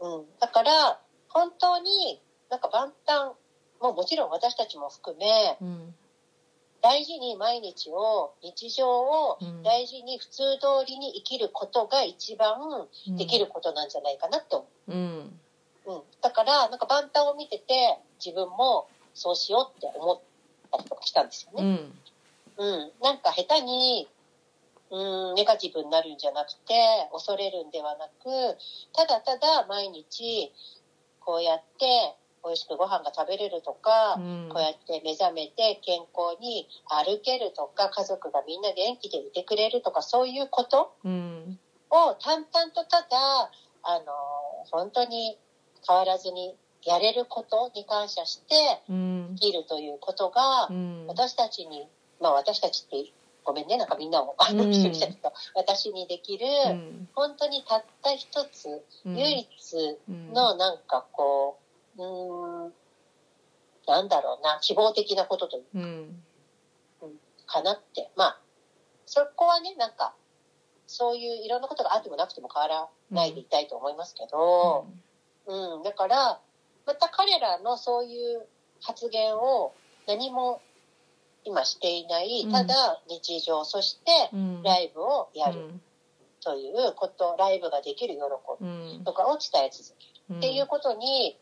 うんだから本当になんか万端ももちろん私たちも含めうん大事に毎日を日常をうん大事に普通通りに生きることが一番うんできることなんじゃないかなって思うんう、うん、だからなんか万端を見てて自分もそうしようって思ったりとかしたんですよね。うんうん、なんか下手に、うん、ネガティブになるんじゃなくて、恐れるんではなく、ただただ毎日、こうやって、美味しくご飯が食べれるとか、うんこうやって目覚めて健康に歩けるとか、家族がみんな元気でいてくれるとか、そういうことうんを淡々とただ、あの、本当に変わらずにやれることに感謝してうん生きるということが、うん私たちに、まあ私たちって、ごめんね、なんかみんなを、あうの、ん一人じゃなくて私にできる、うん本当にたった一つ、うん唯一うんのなんかこう、うーん、なんだろうな、希望的なことといううんかなって。まあ、そこはね、なんか、そういういろんなことがあってもなくても変わらないでいたいと思いますけど、うん、だから、また彼らのそういう発言を何も今していない、うんただ日常、そしてうんライブをやるうんということ、ライブができる喜うびんとかを伝え続ける、うんっていうことに、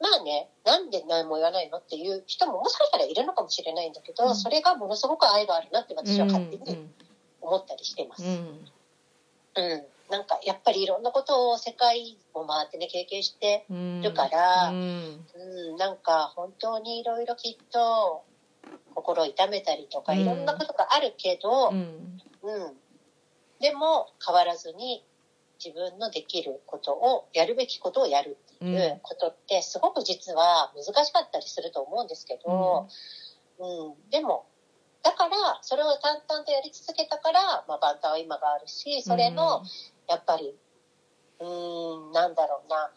まあね、なんで何も言わないのっていう人ももしかしたらいるのかもしれないんだけど、うんそれがものすごく愛があるなって私は勝手に思ったりしてます。うんうんなんかやっぱりいろんなことを世界を回ってね経験してうんるから、ううんんなんか本当にいろいろきっと心を痛めたりとかうんいろんなことがあるけど、ううんんでも変わらずに自分のできることをやるべきことをやるっていうんうことってすごく実は難しかったりすると思うんですけど、うん、でもだからそれを淡々とやり続けたから、まあ、万端は今があるしそれの、やっぱりうーんなんだろうな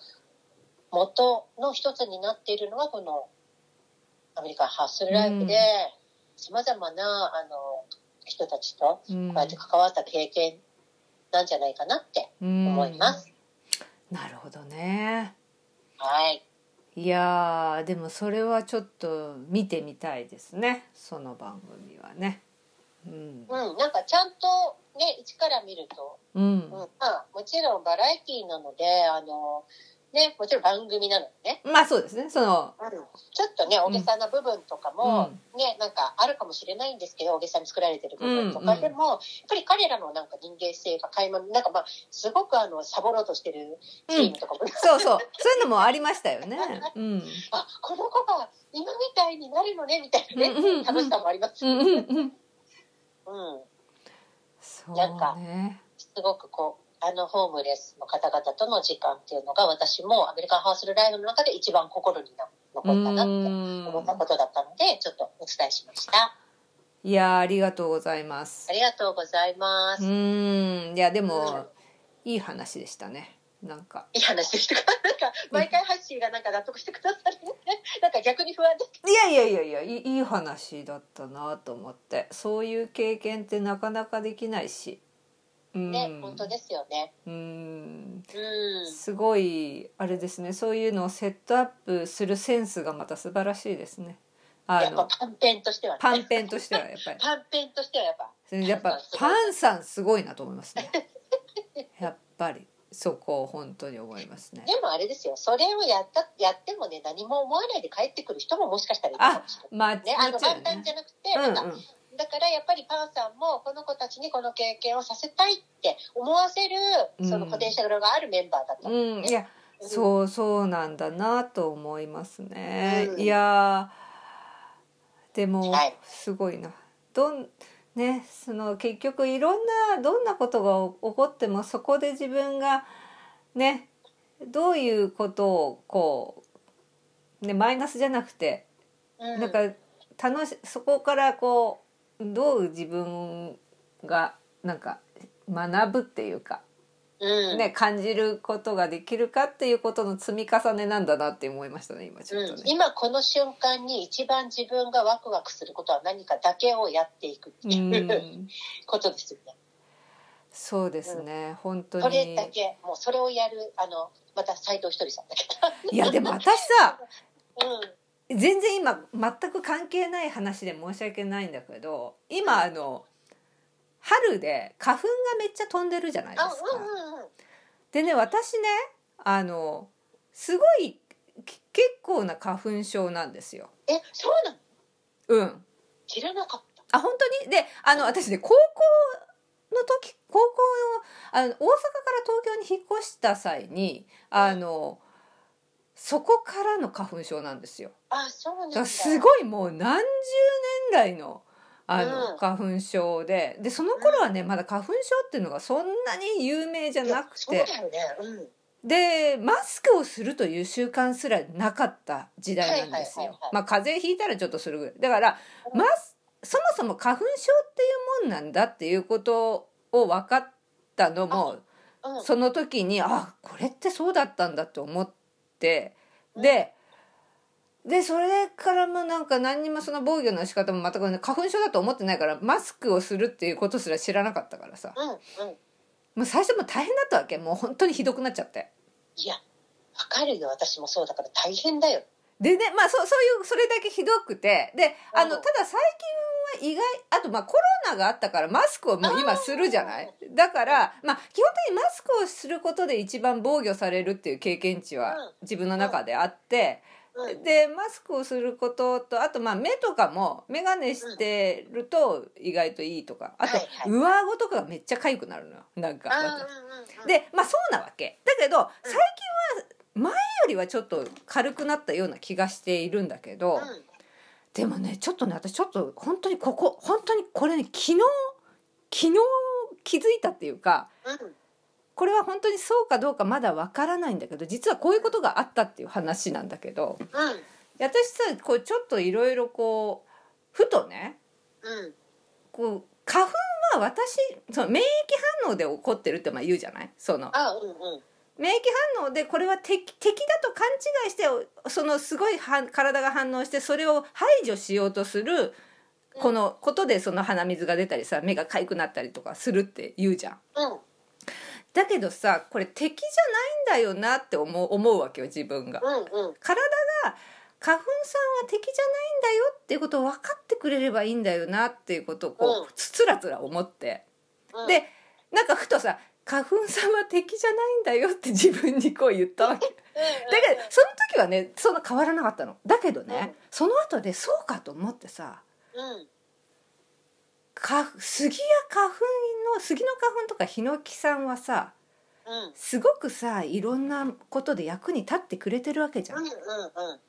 元の一つになっているのはこのアメリカンハッスルライフでさまざまなあの人たちとうこんうやって関わった経験なんじゃないかなって思います。うんなるほどねはい、いやーでもそれはちょっと見てみたいですねその番組はねうんうん、なんかちゃんとね一から見ると、うんうんまあ、もちろんバラエティーなのであの、ね、もちろん番組なのでねまあそうですねそのうんちょっとね大げさな部分とかも、ねなんかあるかもしれないんですけど大げさに作られてる部分とうんうかんでも、やっぱり彼らのなんか人間性が垣間なんかまあすごくあのサボろうとしてるチームとかも、 そうそうそういうのもありましたよねうんあこの子が今みたいになるのねみたいなね、うんうんうん楽しさもあります、ううんんうんうんそうなんかねすごくこうあのホームレスの方々との時間っていうのが私もアメリカンハウスルライブの中で一番心に残ったなって思ったことだったのでちょっとお伝えしました。うんいやーありがとうございますありがとうございます。うんいやでもいい話でしたねなんかいい話でしたかなんか毎回ハッシーがなんか納得してくださるね なんか逆に不安ですいやいやいやいやいいいい話だったなと思ってそういう経験ってなかなかできないしうんね、本当ですよねうんうんすごいあれですねそういうのをセットアップするセンスがまた素晴らしいですねあやっぱの短編としてはね短編としてはやっぱり短編としてはやっぱ それやっぱパンさんすごいなと思いますねやっぱりそこを本当に思い ますねでもあれですよそれをやったやってもね何も思わないで帰ってくる人ももしかしたらいるかもしれまあ、ないねあのもちろ簡ん単ねじゃなくて、うなんんかうんだからやっぱりパンさんもこの子たちにこの経験をさせたいって思わせるそのポテンシャルがあるメンバーだと、うん、いやうんそうそうなんだなと思いますね、うんいやーでもはいすごいな、どんねその結局いろんなどんなことが起こってもそこで自分がねどういうことをこう、ね、マイナスじゃなくてうんなんか楽しそこからこうどう自分がなんか学ぶっていうかうんね、感じることができるかっていうことの積み重ねなんだなって思いましたね今ちょっとうん、ね。今この瞬間に一番自分がワクワクすることは何かだけをやっていくってういんう、 ことですよね。そうですね、本当それにだけもうそれをやるあのまた斎藤ひとりさんだけいやでも私さど、うん、全然今全く関係ない話で申し訳ないんだけど今あの春で花粉がめっちゃ飛んでるじゃないであすうんか。うんうんでね私ねあのすごいき結構な花粉症なんですよ。えそうなのうん知らなかったあ本当にであの私ね高校の時高校のあの大阪から東京に引っ越した際にあのそこからの花粉症なんですよ。あそうなんだかだらすごいもう何十年来のあの、うん花粉症ででその頃はねまだ花粉症っていうのがそんなに有名じゃいやなくそうてだよねうんでマスクをするという習慣すらなかった時代なんですはいはよいはいは。いまあ風邪ひいたらちょっとするぐらいだからうんマスそもそも花粉症っていうもんなんだっていうことを分かったのもうんその時にあこれってそうだったんだと思ってででそれからもなんか何にもその防御の仕方も全くね花粉症だと思ってないからマスクをするっていうことすら知らなかったからさうんうんもう最初もう大変だったわけもう本当にひどくなっちゃって。いやわかるよ私もそうだから大変だよでねまあそうそういうそれだけひどくてであのうんただ最近は意外あとまあコロナがあったからマスクをもう今するじゃないだからまあ基本的にマスクをすることで一番防御されるっていう経験値はうん自分の中であってうんでマスクをすることとあとまあ目とかも眼鏡してると意外といいとかあとはいはい上顎とかがめっちゃ痒くなるのよなんか。あーうんうんうん、でまあそうなわけだけど最近は前よりはちょっと軽くなったような気がしているんだけど、うんでもねちょっとね私ちょっと本当にここ本当にこれね昨日昨日気づいたっていうかうんこれは本当にそうかどうかまだわからないんだけど実はこういうことがあったっていう話なんだけどうん私さこうちょっといろいろこうふとねうんこう花粉は私その免疫反応で起こってるってまあ言うじゃないそのあうんうん免疫反応でこれは敵敵だと勘違いしてそのすごい反体が反応してそれを排除しようとするうんこのことでその鼻水が出たりさ目が痒くなったりとかするって言うじゃん。うんだけどさこれ敵じゃないんだよなって思う思うわけよ自分が。うんうん体が花粉さんは敵じゃないんだよっていうことを分かってくれればいいんだよなっていうことをこうんうつつらつら思って。うんでなんかふとさ花粉さんは敵じゃないんだよって自分にこう言ったわけ。うんうんだけどその時はねそんな変わらなかったのだけどね、うんその後でそうかと思ってさうん花粉杉や花粉の杉の花粉とかヒノキさんはさうんすごくさいろんなことで役に立ってくれてるわけじゃうんんうんうん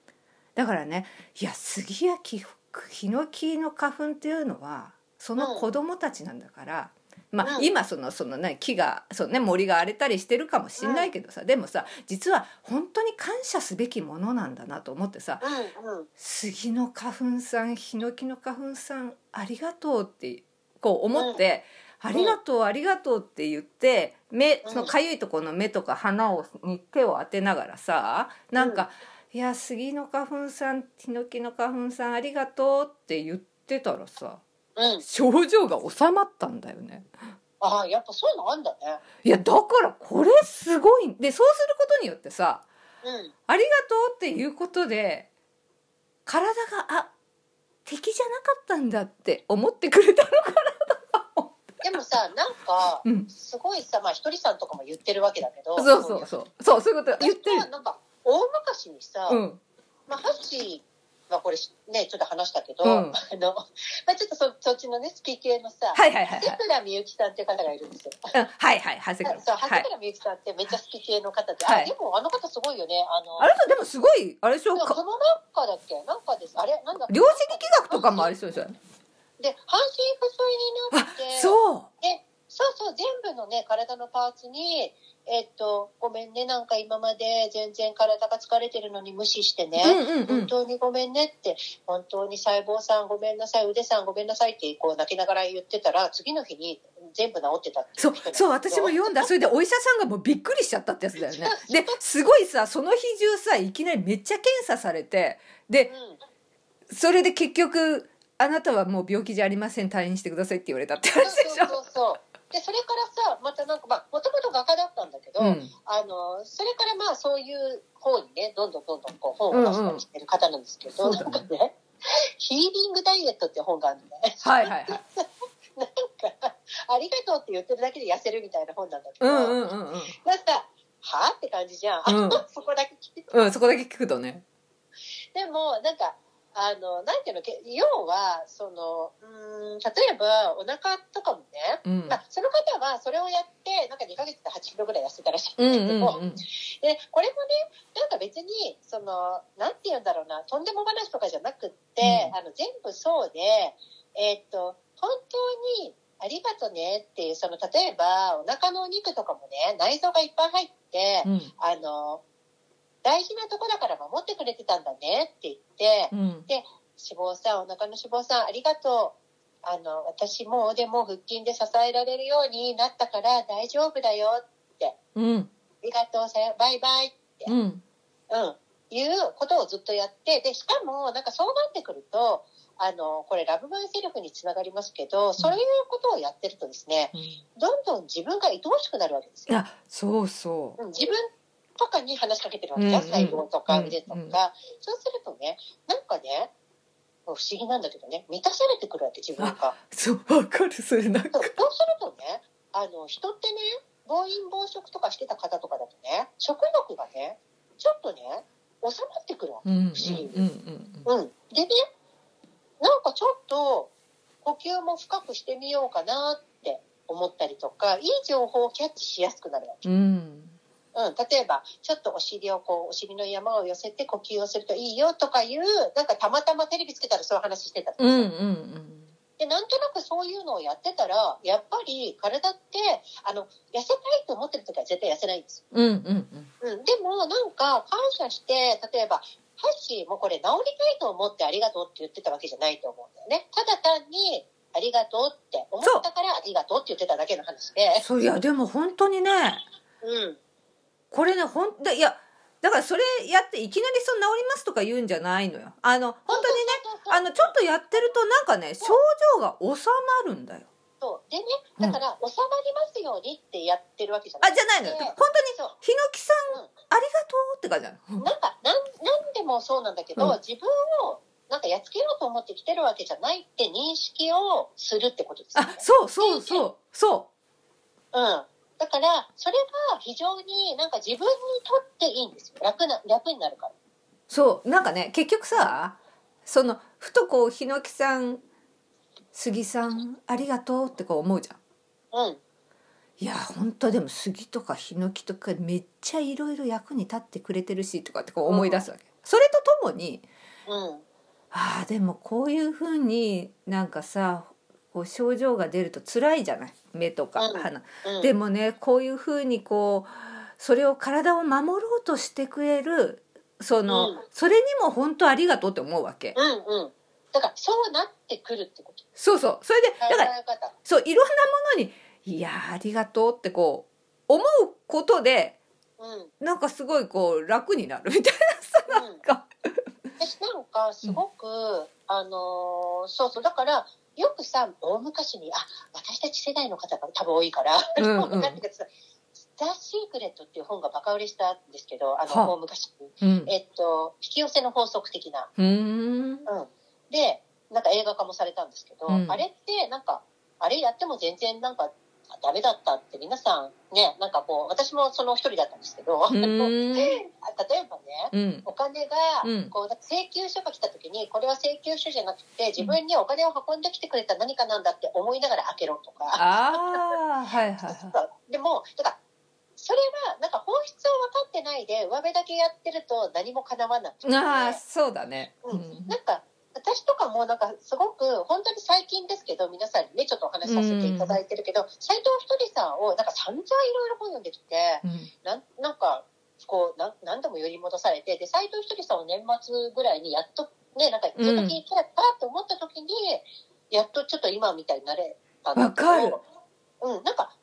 だからねいや杉やきヒノキの花粉っていうのはその子供たちなんだから、まあ、うん今そのその、ね、木がその、ね、森が荒れたりしてるかもしんないけどさ、でもさ実は本当に感謝すべきものなんだなと思ってさうんうん杉の花粉さんヒノキの花粉さんありがとうってこう思って、ありがとうありがとうって言って目うんそのかゆいところの目とか鼻をに手を当てながらさなんか「いや杉の花粉さんヒノキの花粉さんありがとう」って言ってたらさうん症状が収まったんだよね。ああやっぱそういうのあんだねいやだからこれすごいでそうすることによってさうんありがとうっていうことで体があ敵じゃなかったんだって思ってくれたのかでもさなんかうんすごいさまあひとりさんとかも言ってるわけだけどそうそううそうそうそういうこと言って私はるなんか大昔にさ、うんまあ、ハッシーはこれねちょっと話したけど、うんあのまあ、ちょっとそそっちのねスピ系のさ、はいはいはい瀬はい倉みゆきさんっていう方がいるんですよ。うんはいはいはい そうは瀬い倉みゆきさんってめっちゃ好き系の方で、はあいでもあの方すごいよね。あのあれさでもすごいあれでしょでもかこの中だっけなんかですあれなんだっけ量子力学とかもありそうじゃんで半身不あ随になってそうでそうそう全部のね体のパーツにえっとごめんねなんか今まで全然体が疲れてるのに無視してね、うんうんう本ん当にごめんねって、本当に細胞さんごめんなさい、腕さんごめんなさいって、こう泣きながら言ってたら、次の日に全部治ってたっていそうう人なんですそけうど私も読んだそれでお医者さんがもうびっくりしちゃったってやつだよねですごいさその日中さいきなりめっちゃ検査されてでそれで結局あなたはもう病気じゃありません退院してくださいって言われたってうん、話でしそうょ。そうそうそう。で、それからさ、またなんか、まあ、もともと画家だったんだけど、うんあの、それからまあ、そういう方にね、どんどんどんどんこう本を出したりしてる方なんですけど、うんうんそうなだんかね、ヒーリングダイエットって本があるんだよね。はいはいはい。なんか、ありがとうって言ってるだけで痩せるみたいな本なんだけうど、んうんうんうん。なんか、はあって感じじゃん。うん そこだけ聞いてうんそこだけ聞くとね。でもなんかあのなんていうのけ要はそのうーん例えばお腹とかもね、うんま。あ、その方はそれをやってなんか2ヶ月で8キロぐらい痩せたらしいうんんだうけど、んうん。でこれもねなんか別にそのなんて言うんだろうなとんでも話とかじゃなくって、うんあの全部そうでえーっと本当にありがとねっていうその例えばお腹のお肉とかもね内臓がいっぱい入って、うんあの大事なとこだから守ってくれてたんだねって言ってう、ん脂肪酸お腹の脂肪酸ありがとうあの私もうでも腹筋で支えられるようになったから大丈夫だよあうんりがとうさよバイバイうんうんいうことをずっとやってでしかもなんかそうなってくるとあのこれラブマイセルフにつながりますけどそういうことをやってるとですねどんどん自分が愛おしくなるわけですよ。あそうそうん自分とかに話しかけてるわけじゃんうん細胞とか腕とか、うんうんそうするとねなんかね不思議なんだけどね満たされてくるわけ自分が。うそうわかるそれなんかそうそうするとねあの人ってね暴飲暴食とかしてた方とかだとね食欲がねちょっとね収まってくくの。うんうん不うんうん。でね、なんかちょっと呼吸も深くしてみようかなって思ったりとか、いい情報をキャッチしやすくなるわけ。うんうんうん、例えば、ちょっとお尻をこう、お尻の山を寄せて呼吸をするといいよとかいう、なんかたまたまテレビつけたらそういう話してた。うんうんうんで、なんとなくそういうのをやってたら、やっぱり体って、あの、痩せたいと思ってる時は絶対痩せないんですうんうんうんよ。うん、でもなんか感謝して、例えば、ハッシーもこれ治りたいと思ってありがとうって言ってたわけじゃないと思うんだよね。ただ単に、ありがとうって思ったからありがとうって言ってただけの話で。そういやでも本当にねうん。これねほんだいやだからそれやっていきなりそう治りますとか言うんじゃないのよあの本当にねあのちょっとやってるとなんかね症状が収まるんだよそう。でね、だから、収まりますようにってやってるわけじゃなあい。じゃないのよで本当にそう。ヒノキさん、うんありがとうって感じなの なんか、なん、なんでもそうなんだけど、うん自分を、なんかやっつけようと思ってきてるわけじゃないって認識をするってことですよねあ。そうそうそうそうん。だから、それが非常になんか自分にとっていいんですよ。楽な、楽になるから。うそうなんかね結局さそのふとこうヒノキさん杉さんありがとうってこう思うじゃんうん。いや本当でも杉とかヒノキとかめっちゃいろいろ役に立ってくれてるしとかってこう思い出すわけ、それとともにうん。ああでもこういうふうになんかさこう症状が出ると辛いじゃない目とかうん鼻、うん。でもねこういうふうにこうそれを体を守ろうとしてくれるその、うんそれにも本当ありがとうって思うわけ、うんうん。だから、そうなってくるってこと。そうそうそれで考だからえ方。そういろんなものに「いやーありがとう」ってこう思うことでうん。うん。なんかすごいこう楽になるみたいなさなんか私なんか、すごく、あのーそうそう。だから、よくさ、大昔に、あ、私たち世代の方が多分多いから、うんもうう分 んかってください。ザ・シークレットっていう本がバカ売れしたんですけど、あの、はもう昔に。うんえっと、引き寄せの法則的な。うーんうん。で、なんか映画化もされたんですけど、うんあれって、なんか、あれやっても全然なんか、あダメだったって皆さん、ね、なんかこう、私もその一人だったんですけど、あうの 例んえばね、うんお金がうん、こう、なんか請求書が来た時に、これは請求書じゃなくて、自分にお金を運んできてくれた何かなんだって思いながら開けろとか。ああはいはいはいそう でもだからそれはなんか本質を分かってないで上辺だけやってると何も叶わなくて、ああそうだねううんんなんか私とかもなんかすごく本当に最近ですけど皆さんにねちょっとお話しさせていただいてるけど斎、藤ひとりさんをなんか散々いろいろ本読んできてうんなんなんかこうなん何度も寄り戻されてで斎藤ひとりさんを年末ぐらいにやっとねなんかちょっと聞いたらパーッと思った時に、やっとちょっと今みたいになれたんだけどわかるうんなんか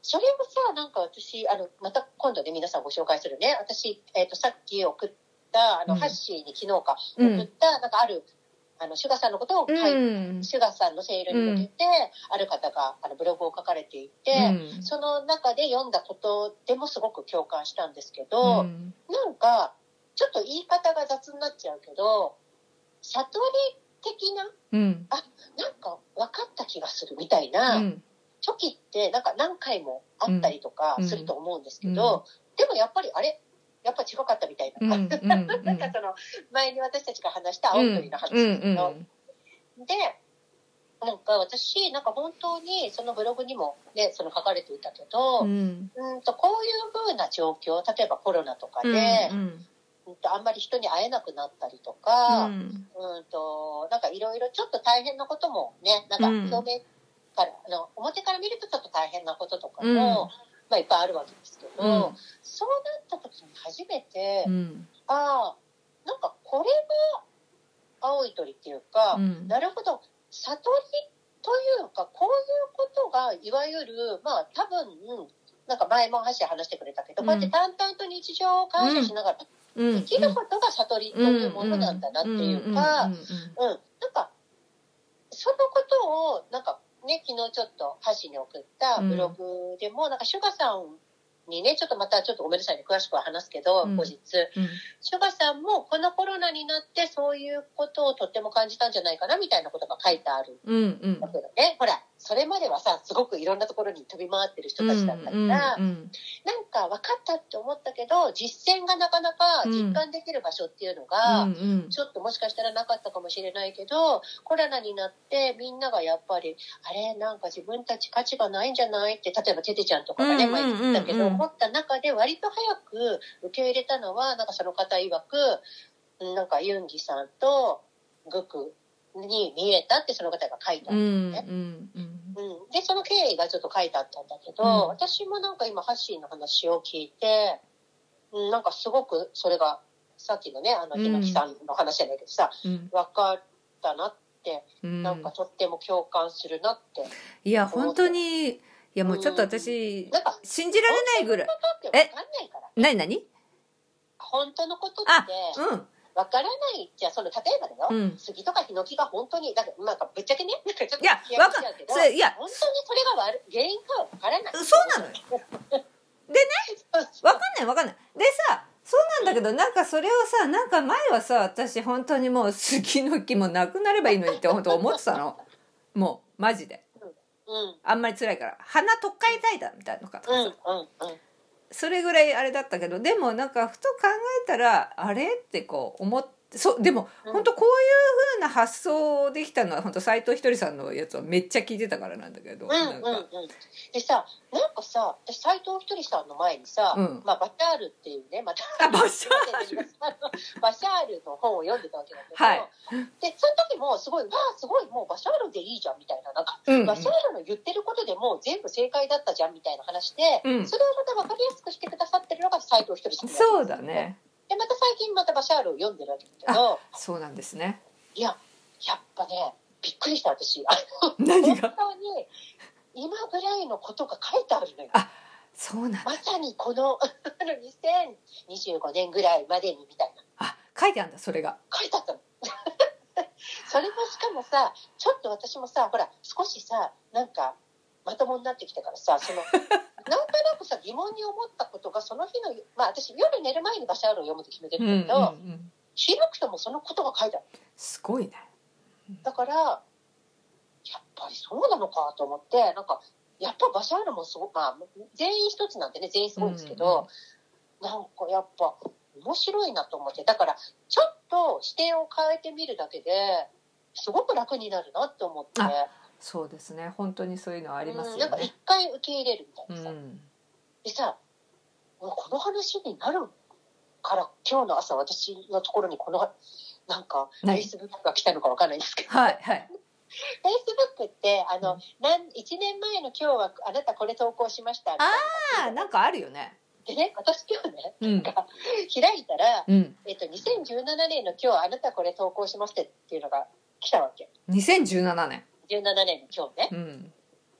それをさなんか私あのまた今度ね皆さんご紹介するね私、えっとさっき送ったあの、うんハッシーに昨日かう送っんた、なんかあるあのシュガーさんのことを書いて、うんシュガーさんのセールに向けて、ある方があのブログを書かれていて。うんその中で読んだことでもすごく共感したんですけど、うんなんかちょっと言い方が雑になっちゃうけど悟り的なうんなんか分かった気がするみたいうな、ん時ってなんか何回もあったりとかすると思うんですけど、でもやっぱりあれやっぱ違かったみたいな。うんうんうんなんかその前に私たちが話した青鳥の話うんですけど、うんでなんか私なんか本当にそのブログにも、ね、その書かれていたけど、うんうんとこういうふうな状況例えばコロナとかで、うんうんとあんまり人に会えなくなったりとうか、うん、んとなんかいろいろちょっと大変なこともねなんかうん表面から、あの表から見るとちょっと大変なこととかも、まあ、いっぱいあるわけですけど、うんそうなった時に初めて、うんああなんかこれが青い鳥っていうか、うんなるほど悟りというかこういうことがいわゆるまあ多分なんか前も話話してくれたけど、うんこうやって淡々と日常を感謝しながらうんできることが悟りというものなんだなっていうか、うんんんなんかそのことをなんかね昨日ちょっと箸に送ったブログでも、なんかシュガさんにねちょっとまたちょっとごめんなさいね詳しくは話すけど、うん後日うんシュガさんもこのコロナになってそういうことをとっても感じたんじゃないかなみたいなことが書いてあるんうんうんだけどねほらそれまではさすごくいろんなところに飛び回ってる人たちだったから、なんうんか分かったって思ったけど実践がなかなか実感できる場所っていうのが、うんうんちょっともしかしたらなかったかもしれないけどコロナになってみんながやっぱりあれなんか自分たち価値がないんじゃないって例えばテテちゃんとかがねうんうん前うんう言んったけど思った中で割と早く受け入れたのはなんかその方曰くうんなんかユンギさんとグクに見えたってその方が書いた。ううんんうんうんでその経緯がちょっと書いてあったんだけど、うん私もなんか今ハッシーの話を聞いて、うん、なんかすごくそれがさっきのねあのうんひのきさんの話じゃないけどさ、うん分かったなって、うんなんかとっても共感するなって。いや本当にいやもうちょっと私なんか、信じられないぐらい本当のことって分かんないから。何何本当のことってあ分からないじゃあ、その、例えばだよ、うんうん杉とかヒノキが本当に、だからなんかぶっちゃけね、なんかちょっといや気がしちゃうけど、そ本れいや当にそれが悪い原因かは分からない。そうなのよそうそうわかんないわかんないでさそうなんだけどなんかそれをさなんか前はさ私本当にもう杉の木もなくなればいいのにって本当思ってたの もうマジでうん。あんまり辛いから鼻取っかえたいだみたいなのかとかうん、うさん、うん。それぐらいあれだったけどでもなんかふと考えたらあれってこう思ってそうでもうん本当こういう風な発想できたのは本当斎藤ひとりさんのやつをめっちゃ聞いてたからなんだけどうんなんうんかうん、でさなんかさ私斎藤ひとりさんの前にさ、うんまあ、バシャールっていうねまたあバシャール バシャールの本を読んでたわけだけど、はいでその時もすごい「わあすごいもうバシャールでいいじゃん」みたいななんか、うんバシャールの言ってることでもう全部正解だったじゃんみたいな話で、うんそれをまた分かりやすくしてくださってるのが斎藤ひとりさんなわけですそうだねでまた最近またバシャールを読んでるわけだけどそうなんですねいややっぱねびっくりした私あ何本が当に今ぐらいのことが書いてあるのよ。そうなんだまさにこのあの2025年ぐらいまでにみたいなあ書いてあるんだそれが書いてあったの。 それもしかもさちょっと私もさほら少しさなんかまともになってきたからさそ のなんとなくさ疑問に思ったことがその日のまあ私夜寝る前にバシャールを読むって決めてるうんうんうんだけど、ん広くともそのことが書いてあるすごいねだからやっぱりそうなのかと思ってなんかやっぱバシャールもすごまあ全員一つなんでね全員すごいんですけど、なんかやっぱ面白いなと思ってだからちょっと視点を変えてみるだけですごく楽になるなって思ってあそうですね本当にそういうのはありますうんなんかよね一回受け入れるみたういなさ、んでさもうこの話になるから今日の朝私のところにこのなんかフェ何イスブックが来たのかわかんないんですけどはいはいフェイスブックってあの、うんなん1年前の今日はあなたこれ投稿しましたみたいあーなんかあるよねなでね私今日ねうん開いたら、うんえっと、2017年の今日あなたこれ投稿しましたっていうのが来たわけ2017年17年の今日ねうん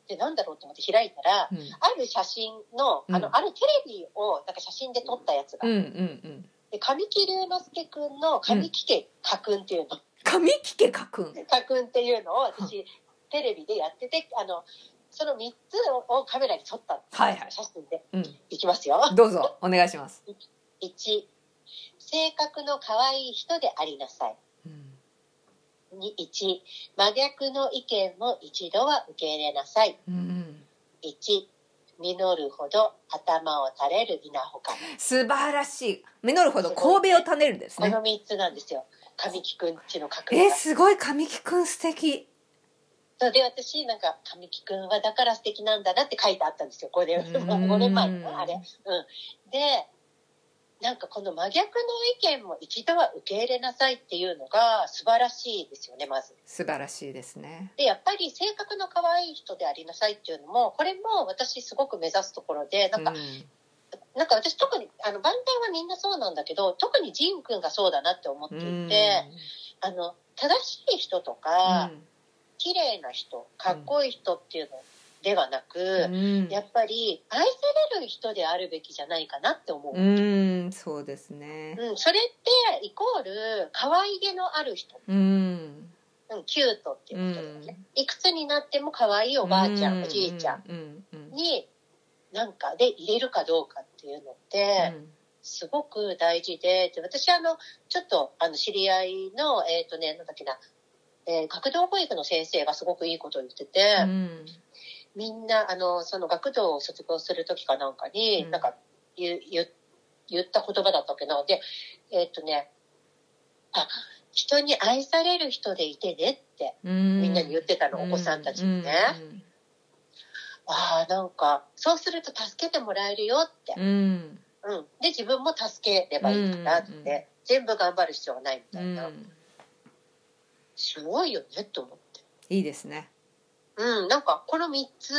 でなんだろうと思って開いたらうんある写真のあの、うんあるテレビをなんか写真で撮ったやつが、うんうんうんで神木隆之介くんの神木家家訓っていうの、神木家家訓家訓っていうのを私テレビでやっててあのその3つをカメラに撮ったのはいはい写真でういきますよ。んどうぞお願いします1性格の可愛い人でありなさいうん2 1真逆の意見も一度は受け入れなさいうん1実るほど頭を垂れる稲穂か素晴らしい実るほど神戸を種るですこねの3つなんですよ神木くんちの格え言ーすごい神木くん素敵そうで私なんか神木くんはだから素敵なんだなって書いてあったんですよ5年うん5年前のあれでなんかこの真逆の意見も一度は受け入れなさいっていうのが素晴らしいですよねまず素晴らしいですねでやっぱり性格の可愛い人でありなさいっていうのもこれも私すごく目指すところでなんか、うなんか私特にあの万端はみんなそうなんだけど特に仁君がそうだなって思っていんて、うんあの正しい人とか、うん綺麗な人かっこいい人っていうのではなく、うんやっぱり愛される人であるべきじゃないかなって思う。うーん、そうですね。うん、それってイコール可愛げのある人、うん。うん、キュートっていうことだよね、いくつになっても可愛いおおばあちゃん、おじいちゃん。うん。うん。になんかで入れるかどうかっていうのってすごく大事でで私あのちょっとあの知り合いのえっ、とねなんだっけなえー学童保育の先生がすごくいいことを言ってて、うんみんな、あの、その学童を卒業するときかなんかに、うんなんか言う、言う言った言葉だったっけな。で、えーっとね、あ、人に愛される人でいてねって、うんみんなに言ってたの、お子さんたちにね。ああ、なんか、そうすると助けてもらえるよって。うんうんうん。で、自分も助ければいいからって、うんうんうん全部頑張る必要はないみうたいんな。すごいよね、と思って。いいですねうん、なんか、この3つ、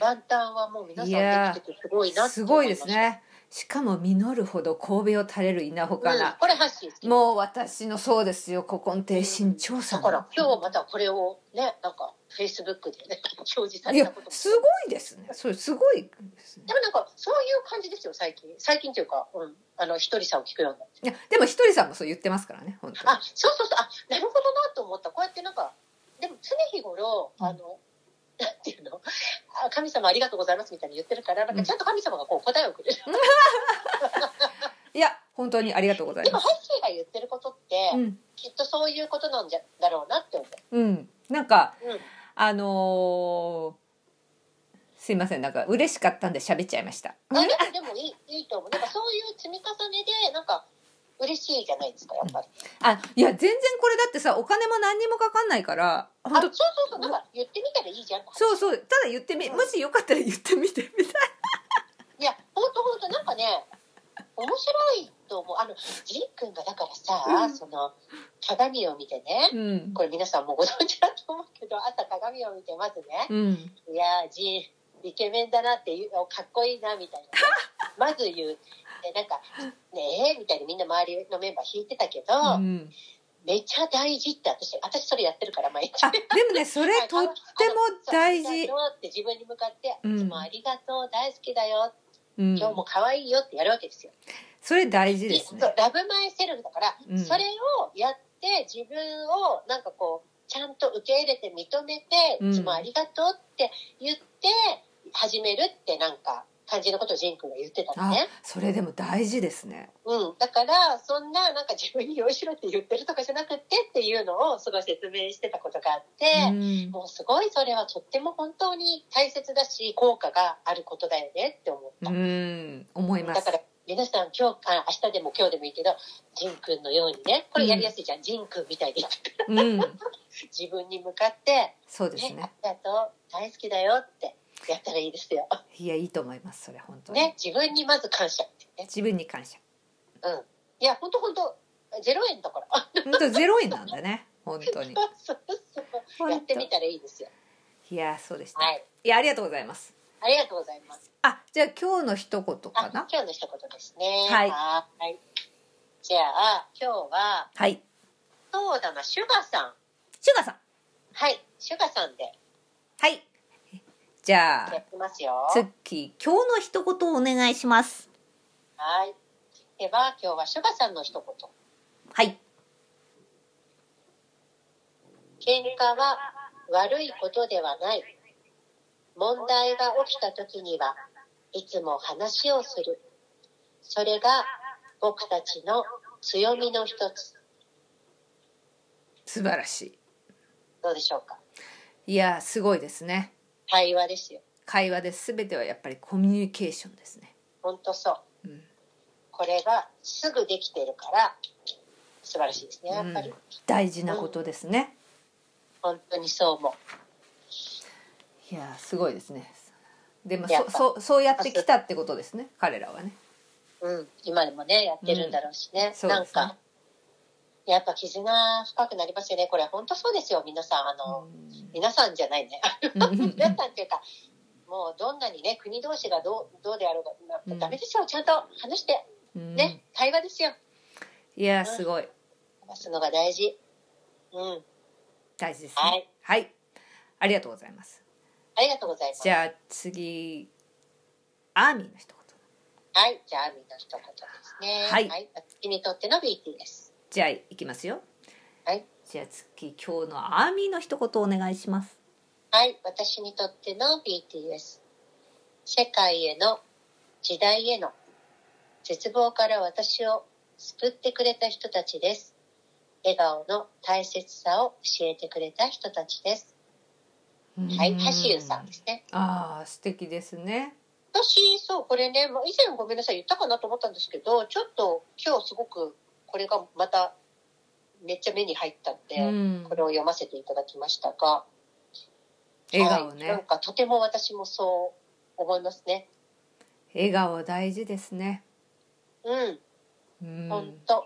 万端はもう皆さんいやーできててすごいなってす思ごいいまでしたす。ねしかも実るほど神戸を垂れる稲穂かうんら、これハッシー好きもう私のそうですよ古今亭新調査だのから今日またこれをねなんかフェイスブックでね表示さいれたやこともすごいですねそれすごいですねでもなんかそういう感じですよ最近最近というか、うん、あのひとりさんを聞くようになっていやでもひとりさんもそう言ってますからね本当にあそうそうそうあなるほどなと思ったこうやってなんかでも常日頃あの、なんていうの あ神様ありがとうございますみたいに言ってるからなんかちゃんと神様がこう答えをくれる、いや本当にありがとうございでもますハッシーが言ってることって、うんきっとそういうことなんじゃだろうなって思う。うんなんかうんあのーすいませんなんか嬉しかったんで喋っちゃいましたあでもでもいいいいと思うなんかそういう積み重ねでなんか嬉しいじゃないですかやっぱり。あいや全然これだってさお金も何にもかかんないからあ本そ当うそうそうなんか言ってみたらいいじゃんそうそうただ言ってみもしよかったら言ってみ てみたいいやほんとほんとなんかね面白いと思うあのジン君がだからさ、うんその鏡を見てねうんこれ皆さんもうご存知だと思うけど朝鏡を見てまずねうん「いやージンイケメンだな」っていうかっこいいなみたいなねまず言うでなんか「ねえ」みたいにみんな周りのメンバー引いてたけど、うんめちゃ大事って私私それやってるから毎日。あでもねそれとっても大あり事がとうって自分に向かって、うんいつもありがとう、大好きだよ、うん今日も可愛いよってやるわけですよ。それ大事ですそうねラブマイセルフだから、うんそれをやって自分をなんかこう、ちゃんと受け入れて認めて、うんいつもありがとうって言って、始めるってなんか、感じのことをジン君が言ってたのあね。それでも大事ですねうん。だから、そんな、なんか自分に用意しろって言ってるとかじゃなくてっていうのを、すごい説明してたことがあって、うんもうすごいそれはとっても本当に大切だし効果があることだよねって思った、うん思いまだすから皆さん今日あ明日でも今日でもいいけどジンくんのようにねこれやりやすいじゃん、ジンくんみたいにうん自分に向かってそ「うですねね、ありがとう大好きだよ」ってやったらいいですよ。いやいいと思いますそれ本当にね自分にまず感謝ってね。自分に感謝うん、いや本当本当ゼロ円だから。あ本当ゼロ円なんだね本当に そうそうそほうんとやってみたらいいですよ。いやそうでしたはいいやありがとうございますありがとうございます。あじゃあ今日の一言あかな今日の一言ですね。はいはーいじゃあ今日ははいそうだな、シュガさん。シュガーさんはい、シュガさんではいじゃあやってますよ。ツッキー今日の一言をお願いしますはい。では、今日はシュガさんの一言。はい喧嘩は悪いことではない。問題が起きた時には、いつも話をする。それが僕たちの強みの一つ。素晴らしどうでしょうかいいやーすごいですね対話ですよ。会話で全てはやっぱりコミュニケーションですねほんとそう。うんこれがすぐできてるから、素晴らしいですね、やっぱり。うん大事なことですね本当にそう思う。いやーすごいですねでもやっそぱそうそうやってきたってことですね彼らはねうん、今でもねやってるんだろうしね、そうなでんすねかやっぱ絆深くなりますよねこれ本当そうですよ皆さんあの、皆さんじゃない ね うん皆さんっていうかもうどんなにね国同士がどうどうであろうがやっぱダメですよ、ちゃんと話してうんね、対話ですよいやーすごい話すのが大事うん大事ですねはいはい、ありがとうございますありがとうございますじゃあ次アーミーの一言はいじゃあみんな一言ですねはい私にとっての BT ですじゃあいきますよはいじゃあ次今日のアーミーの一言お願いしますはい、私にとっての BTS。世界への、時代への、絶望から私を救ってくれた人たちです。笑顔の大切さを教えてくれた人たちです。はい、ハシユさんですね。ああ、素敵ですね。私、そう、これね、もう以前ごめんなさい、言ったかなと思ったんですけど、ちょっと今日すごくこれがまためっちゃ目に入ったんで、うんこれを読ませていただきましたが、笑顔はい、なんね。かとても私もそう思いますね。笑顔大事ですね。うん、うほんん。と。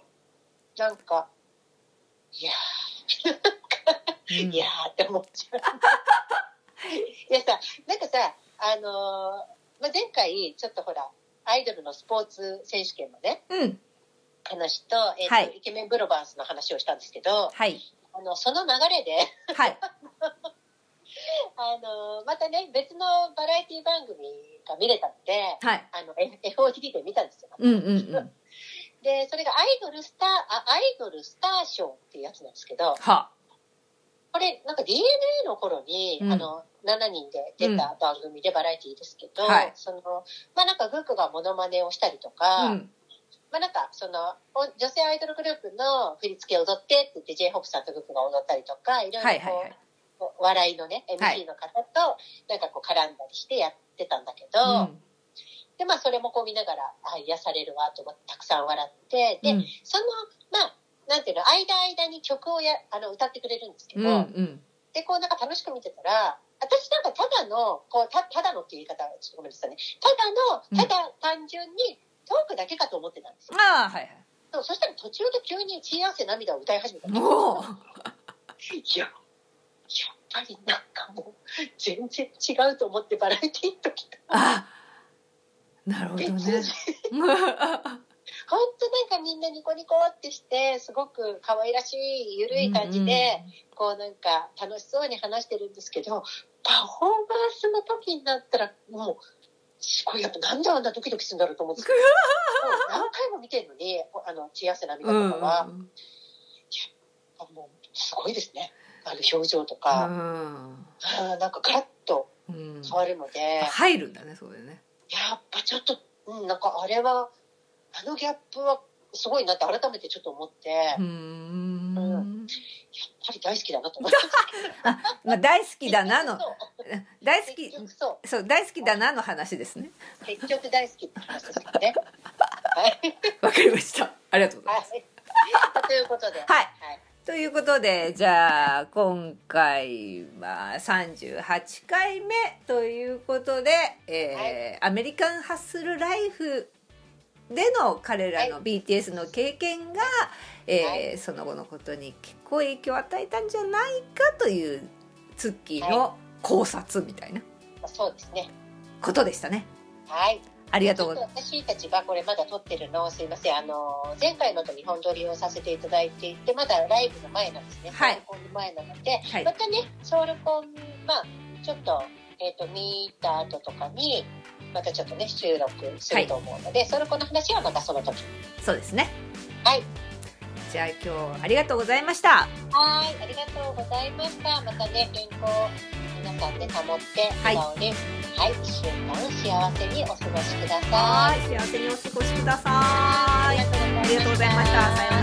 なんか、いやー、いやーって思っち ゃう。いやさ、なんかさ、あのーまあ、前回、ちょっとほら、アイドルのスポーツ選手権のね、うん。話と、えっ、と、はいイケメンブロバーズの話をしたんですけど、はい。あの、その流れで、 はい。あのーまたね、別のバラエティ番組が見れたので、はい。あの、F- FOD で見たんですよ。うんうんうん。で、それがアイドルスター、あ、アイドルスターショーっていうやつなんですけど、は。これ、なんか DNA の頃に、うんあの、7人で出た番組でバラエティですけど、はいその、まあ、なんかグックがモノマネをしたりとか、うん。まあ、なんか、その、お女性アイドルグループの振り付けを踊ってって言って、j ホ p さんとグックが踊ったりとか、いろいろこう、はいはいはい。こう笑いのね、はい MC の方と、なんかこう絡んだりしてやってたんだけど、で、まあ、それもこう見ながら、あ、癒されるわと思って、たくさん笑って、で、うん。その、まあ、なんていうの、間間に曲をや、あの、歌ってくれるんですけうど、んうん。で、こうなんか楽しく見てたら、私なんかただの、こう、たただのっていう言い方、ちょっとごめんなさいね。ただの、ただ単純にトークだけかと思ってたんですよ。ああ、はいはい。そうそしたら途中で急に血汗涙を歌い始めたんですよおお。いや、やっぱりなんかもう、全然違うと思ってバラエティーときた。あ。なるほどね。 本当なんかみんなニコニコってして、すごく可愛らしい、ゆるい感じで、こうなんか楽しそうに話してるんですけど、パフォーマンスの時になったら、もう、すごい、やっぱなんであんなドキドキするんだろうと思ってたもう何回も見てるのに、あの、血汗う涙ん。うとんかは、もう、すごいですね。あの表情とか、うんなんかガラッとうん。変わるので、入るんだね、そうだね。やっぱちょっと、うん、なんかあれは、あのギャップはすごいなって改めてちょっと思って、やうっん。ぱり大好きだなと思 って。まあ、大好きだなのそ。う大好結き。局そう。そう、大好きだなの話ですね。結局大好きって話ですよね。はい。わかりました。ありがとうございはます。い。ということで。はいはい。ということで、じゃあ、今回は38回目ということで、えーアメリカンハッスルライフでの彼らの BTS の経験が、はえーその後のことに結構影響を与えたんじゃないかという、ツッキーの考察みたいなまあそうですね。ことでしたね。はい。ありがちとうょごっざといま私たちがこれまだ撮ってるの、すいません。あの、前回のと日本撮りをさせていただいていて、まだライブの前なんですね。はソいウルコンの前なので、す。はいま。たね、ソウルコン、まあ、ちょっと、えっ、と、見た後とかに、またちょっとね、収録すると思うので、ソウルコンの話はまたその時。そうですね。はい。じゃあ、今日はありがとうございました。はい、ありがとうございました。またね、健康を皆さんで保って、は笑い顔で、はい、一週間幸せにお過ごしください。はい、幸せにお過ごしください。ありがとうございました。さようなら。